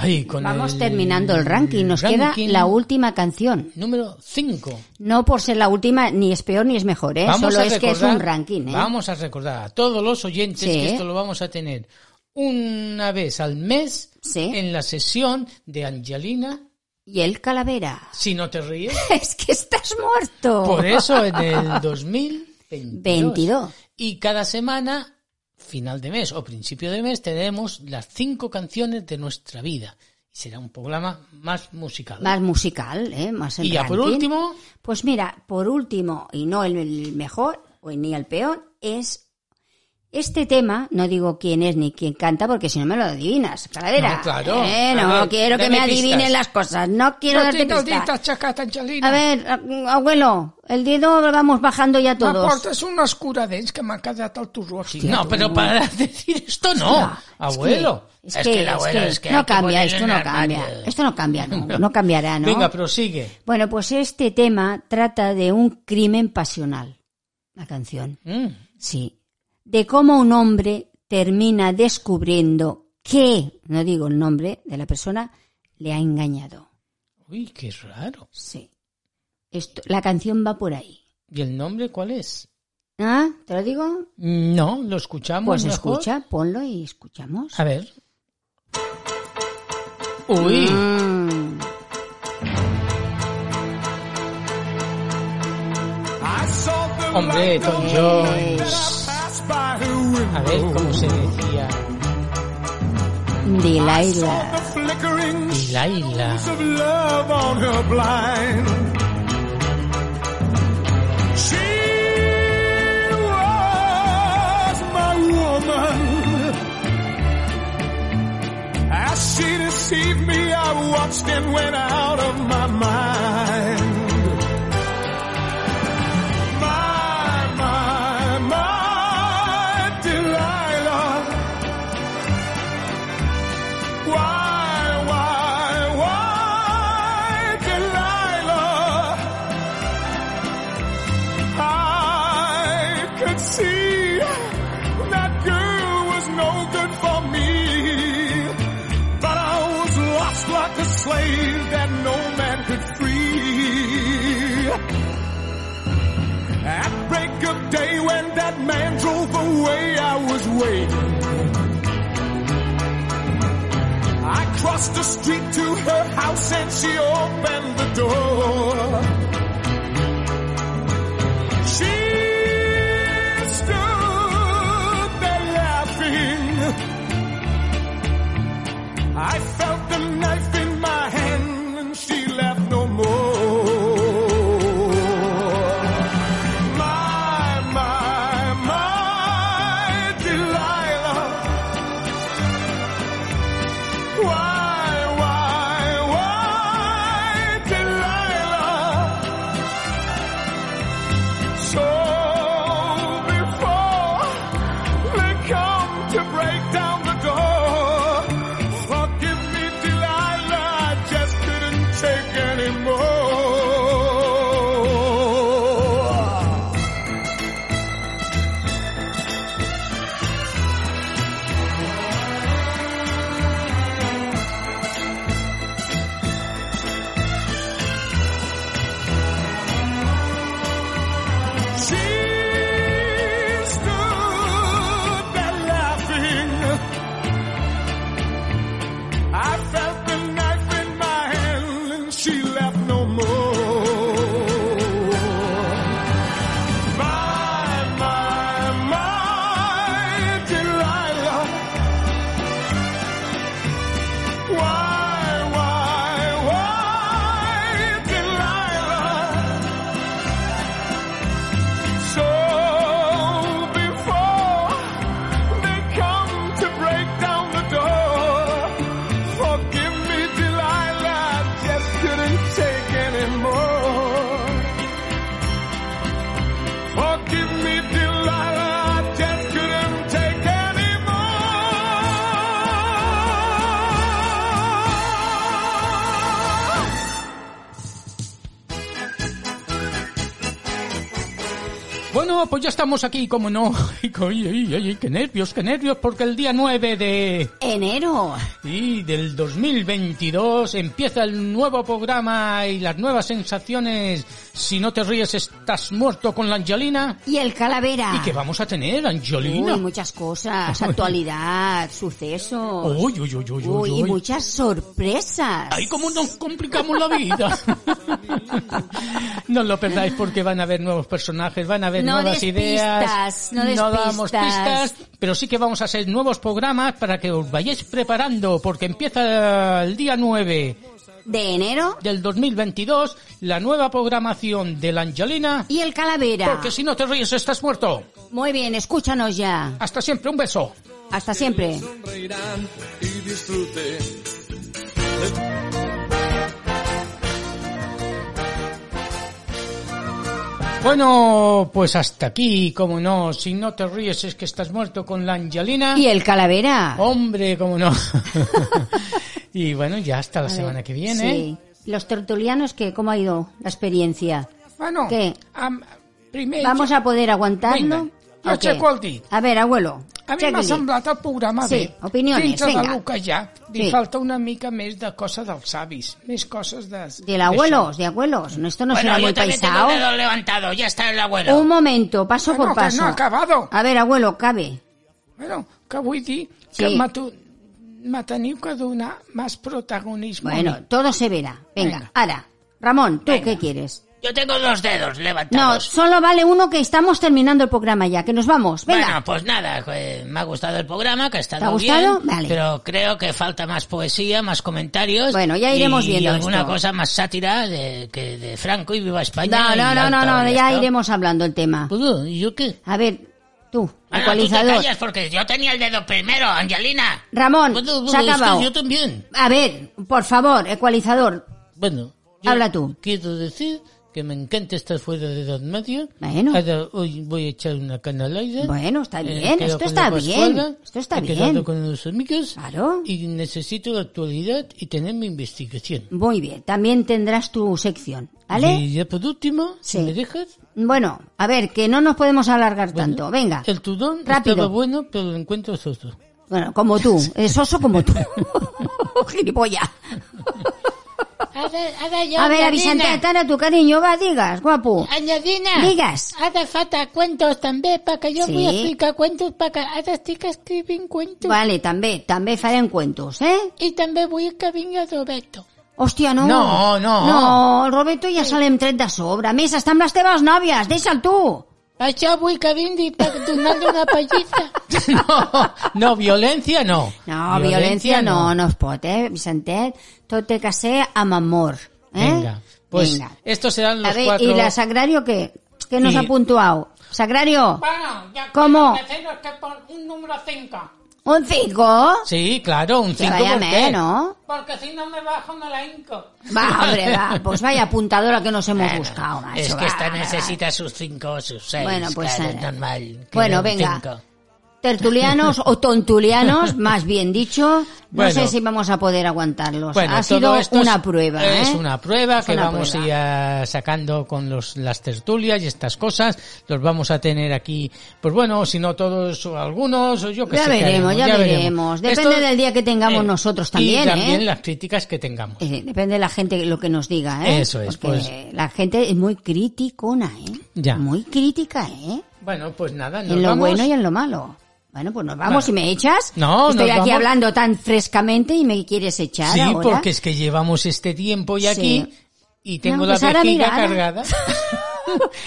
Ay, con
Vamos
el
terminando el ranking. Nos
ranking
queda la última canción.
número 5.
No por ser la última, ni es peor ni es mejor, ¿eh? Solo es que es un ranking, ¿eh?
Vamos a recordar a todos los oyentes
Sí.
que esto lo vamos a tener una vez al mes
Sí.
en la sesión de Angelina.
Y el calavera.
Si no te ríes,
Oh. Es que estás muerto.
por eso en el 2022.
22.
Y cada semana, final de mes o principio de mes, tenemos las cinco canciones de nuestra vida. Y será un programa más musical.
Más musical, ¿eh? Más en
y ya por
ranking.
último,
Pues mira, por último, y no el, el mejor o ni el peor, es este tema, no digo quién es ni quién canta, porque si no me lo adivinas, calavera.
No, claro.
Eh, no
A ver,
quiero que
dame
me adivinen
pistas.
las cosas, no quiero darte
Notita,
pistas.
notita, chacata, Angelina.
A ver, a- abuelo, el dedo lo vamos bajando ya todos.
M'aportes una escura dents que m'ha quedat al torró aquí.
no, pero para decir esto no,
Ah, es que-
abuelo.
Es que, es que no cambia, esto no cambia. Esto no cambia, no, no cambiará, ¿no?
Venga, prosigue.
Bueno, pues este tema trata de un crimen pasional, la canción.
Mm,
Sí. De cómo un hombre termina descubriendo que, no digo el nombre de la persona, le ha engañado.
Uy, qué raro.
Sí. Esto, la canción va por ahí.
¿Y el nombre cuál es?
¿Ah? ¿Te lo digo?
No, lo escuchamos.
Pues
mejor?
escucha, ponlo y escuchamos.
A ver. Uy,
Mm.
hombre, Tom Jones.
Es
A ver cómo se decía.
Delilah.
Y Laila.
As she deceived me, I watched and went out of my mind. My, my, my Delilah. Why, why, why, Delilah? I could see that girl was no good for me. But I was lost like a slave that no man could free. At break of day when that man drove away, I was waiting. I crossed the street to her house and she opened the door. She stood there laughing. I felt the knife in my hand and she left no more. My, my, my Delilah. Why, why, why Delilah? So before they come to break down the door. Forgive me, Delilah, I just couldn't take anymore. She stood there laughing. I felt the knife in my hand and she left no more. My, my, my Delilah. Why, why, why Delilah? So before they come to break down the door, forgive me, Delilah, I just couldn't take anymore. Forgive me, Delilah, I just couldn't take anymore.
Bueno, pues ya estamos aquí, como no. Ay, ay, ay, ay, qué nervios, qué nervios, porque el día 9 de...
Enero.
Y del 2022 empieza el nuevo programa y las nuevas sensaciones. Si no te ríes, estás muerto con la Angelina.
Y el calavera.
¿Y qué vamos a tener, Angelina?
Ah. Uy, muchas cosas. Actualidad, sucesos.
Uy, uy, uy, uy,
Uy,
uy,
y
uy.
muchas sorpresas.
Ay, cómo nos complicamos la vida. no os lo perdáis porque van a haber nuevos personajes, van a haber
No
nuevas
des
ideas.
pistas, no des
damos
pistas.
pistas, pero sí que vamos a hacer nuevos programas para que os vayáis preparando, porque empieza el día 9
De enero
del 2022 la nueva programación de la Angelina,
y el Calavera.
porque si no te ríes estás muerto.
Muy bien, escúchanos ya.
Hasta siempre, un beso.
Hasta siempre.
Sonreirán y disfrute.
Bueno, pues hasta aquí, como no, si no te ríes es que estás muerto con la Angelina.
Y el Calavera.
Oh, Hombre, como no. y bueno, ya hasta la
A ver,
semana que viene.
Sí. Los tertulianos, que ¿cómo ha ido la experiencia?
Bueno,
¿Qué?
am- primer-
¿Vamos a poder aguantarlo?
Vinga, a
¿O qué?
Checoldi.
A ver, abuelo.
A mi m'ha
Checli.
semblat el programa
Sí,
bé.
opinions,
Dintre
vinga.
del que hi ha, li
Sí.
falta una mica més de cosa dels avis, més coses de...
Del abuelos, de abuelos. No, esto no será
Bueno,
muy
yo también tengo
paisao.
el dedo levantado, ya está el abuelo.
Un momento, paso
Bueno,
por
que
paso.
no ha acabado.
A ver, abuelo, cabe.
Bueno, que vull dir
Sí.
que m'ha tu- me teniu que donar més protagonisme. a mi.
Bueno, todo se verá. Venga,
Venga.
ahora. Ramón, ¿tú
Venga.
qué quieres?
Yo tengo los dedos levantados.
No, solo vale uno que estamos terminando el programa ya, que nos vamos. Venga.
Bueno, pues nada, eh, me ha gustado el programa, que ha estado
¿Te ha gustado?
bien,
Vale.
pero creo que falta más poesía, más comentarios.
Bueno, ya iremos
y
viendo
alguna
esto.
cosa más sátira de, que de Franco y Viva España.
no,
y
no, no,
la
no, no,
autovía,
ya
¿no?
iremos hablando el tema.
Pudo, ¿y yo qué?
A ver, tú,
Ah, no, Pues- tú te
ecualizador.
callas Pues porque yo tenía el dedo primero, Angelina.
Ramón,
Pudo, pudo,
se ha
es que
acabado.
Yo también.
A ver, por favor, ecualizador.
Bueno,
Habla tú.
Quiero decir que me encanta estar fuera de los medios.
Bueno.
Ahora hoy voy a echar una canalaida.
Bueno, está
Eh,
bien,
quedo
esto
con
está
la
bien,
Pascuala,
esto está
he quedado
bien.
con los amigos.
Claro.
Y necesito la actualidad y tener mi investigación.
Muy bien, también tendrás tu sección, ¿vale?
Y ya por último,
Sí.
si me dejas,
Bueno, a ver, que no nos podemos alargar tanto. Venga.
el tudón
Rápido.
estaba bueno, pero lo encuentro soso.
Bueno, como tú. Es oso como tú. Gilipollas.
Ara, ara jo,
A ver, a
Angelina.
Vicente Atara, tu cariño, va, digas, guapo.
Angelina,
Digues.
ara falta cuentos també, perquè jo sí.
Sí.
vull explicar cuentos, perquè ara estic escrivint cuentos. Va.
Vale, també, també farem cuentos, eh?
I també vull que vingui el Roberto.
Hòstia, no.
No, no.
No, el Roberto ja se l'hem tret de sobre. A més, està amb les teves nòvies, deixa'l tu.
Això vull que vingui per donar-li una pallissa.
no, no, violencia no.
No, violència, no, no es pot, eh, Vicentet? Tot té que ser amb amor, eh?
Venga, pues
Vinga.
estos serán los
A ver,
cuatro.
¿y la Sagrario qué? ¿Qué nos
Sí.
ha puntuado? Sagrario,
Bueno, ya
¿Cómo?
quiero deciros que por un número 5.
¿un cinco?
Sí, claro, un
Que
cinco
vaya
¿por qué?
menos.
Porque si no me bajo, no la hinco.
Va, hombre, va. Pues vaya apuntadora que nos hemos buscado, macho.
Es que
va,
esta
va, va.
necesita sus cinco o sus seis.
Bueno, pues
claro, es
nada.
normal. que
Bueno,
un
venga.
cinco.
Tertulianos o tontulianos, más bien dicho. No
Bueno.
sé si vamos a poder aguantarlos. Pues
todo
ha sido
esto
una
es-
prueba, ¿eh?
Es una prueba
Es
que
una
vamos
prueba.
a ir eh, sacando con los, las tertulias y estas cosas. Los vamos a tener aquí, pues bueno, si no todos o algunos, o yo que
Ya
sé. qué
veremos,
haremos,
ya veremos. Depende del día que tengamos nosotros también,
eh, Y también
¿eh?
las críticas que tengamos.
Eh, depende de la gente lo que nos diga, ¿eh?
Eso es,
Porque
pues.
la gente es muy criticona, ¿eh?
Ya.
Muy crítica, ¿eh?
Bueno, pues nada, nos
En lo
vamos.
bueno y en lo malo. Bueno, pues nos vamos y me echas.
No,
Estoy
nos
aquí
vamos.
hablando tan frescamente y me quieres echar
Sí,
ahora.
porque es que llevamos este tiempo ya
Sí.
aquí y tengo
No,
la
pues ahora
vejiga
mira, ahora.
cargada.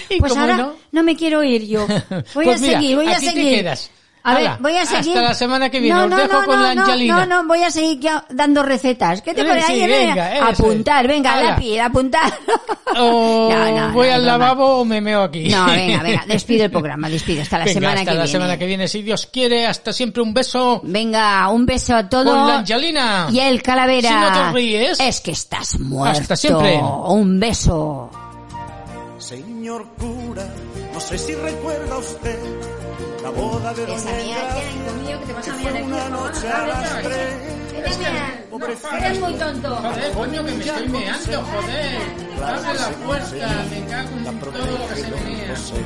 y
Pues
cómo
ahora
no,
no? me quiero ir yo. Voy
Pues
a
mira,
seguir, voy a
aquí te
seguir.
quedas.
A ver,
Hala,
voy a
hasta
seguir.
la semana que viene.
No,
Os
no,
dejo
no,
con
no,
la
no,
Angelina.
No, no, voy a seguir ya dando recetas. ¿Qué te
Eh,
parece?
sí, venga, eso es.
apuntar, venga,
Hala.
lápiz, apuntar.
o
No, no,
voy
no,
al
no, no.
lavabo o me meo aquí.
No, venga, venga, despide el programa, despide hasta la
Venga,
semana
hasta
que
la
viene.
semana que viene, si Dios quiere. Hasta siempre un beso
Venga, un beso a todos.
con la Angelina.
Y el calavera.
Si no te ríes.
Es que estás muerto.
Hasta siempre.
Un beso.
Señor cura, no sé si recuerda usted la boda de Doña Gracia, que fue una noche a las tres. Pobrecita,
Eres muy tonto.
Joder, coño, que me estoy meando, joder.
pues
Abre la puerta, me cago en
la
todo lo que
protege
se me
don
mea.
José.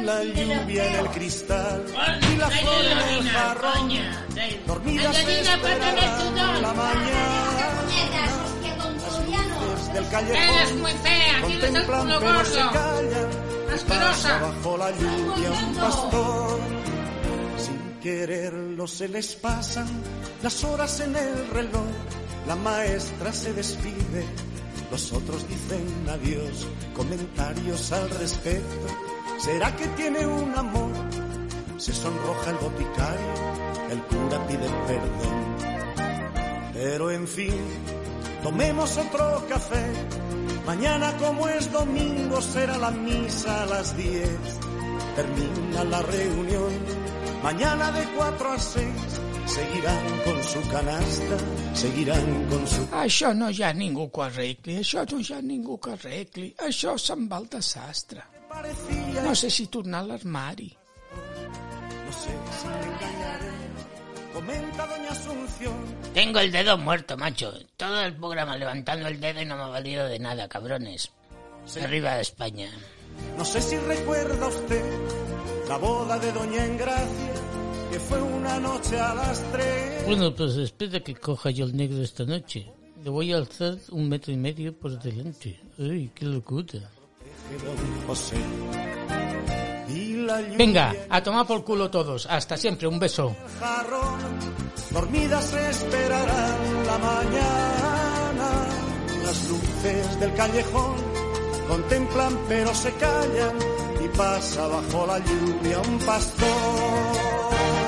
Y la lluvia en el cristal y la flor en el jarrón. Dormidas esperarán la mañana. Las del
Eres
callejón
muy fea, tienes el
contemplan
culo
pero se
gordo.
callan.
Asquerosa.
Bajo la lluvia un pastor. Sin quererlo se les pasan las horas en el reloj. La maestra se despide, los otros dicen adiós, comentarios al respecto. ¿Será que tiene un amor? Se sonroja el boticario, el cura pide perdón. Pero en fin, tomemos otro café. Mañana como es domingo será la misa a las 10. Termina la reunión. Mañana de 4 a 6 seguirán con su canasta, seguirán con su
Ah,
Això no hi ha ningú que ho arregli, això no hi ha ningú que ho arregli, això se'n va al desastre.
parecía.
No sé si tornar a l'armari.
No sé si me callaré. Comenta doña Asunción.
Tengo el dedo muerto, macho. Todo el programa levantando el dedo y no me ha valido de nada, cabrones. Arriba de España.
No sé si recuerda usted la boda de Doña Engracia, que fue una noche a las tres.
Bueno, pues espera que coja yo el negro esta noche. Le voy a alzar un metro y medio por delante. ¡Ay, qué locura!
Que don José y la lluvia
Venga, a tomar por culo todos. Hasta siempre, un beso.
jarrón, dormidas esperarán la mañana. Las luces del callejón contemplan pero se callan y pasa bajo la lluvia un pastor.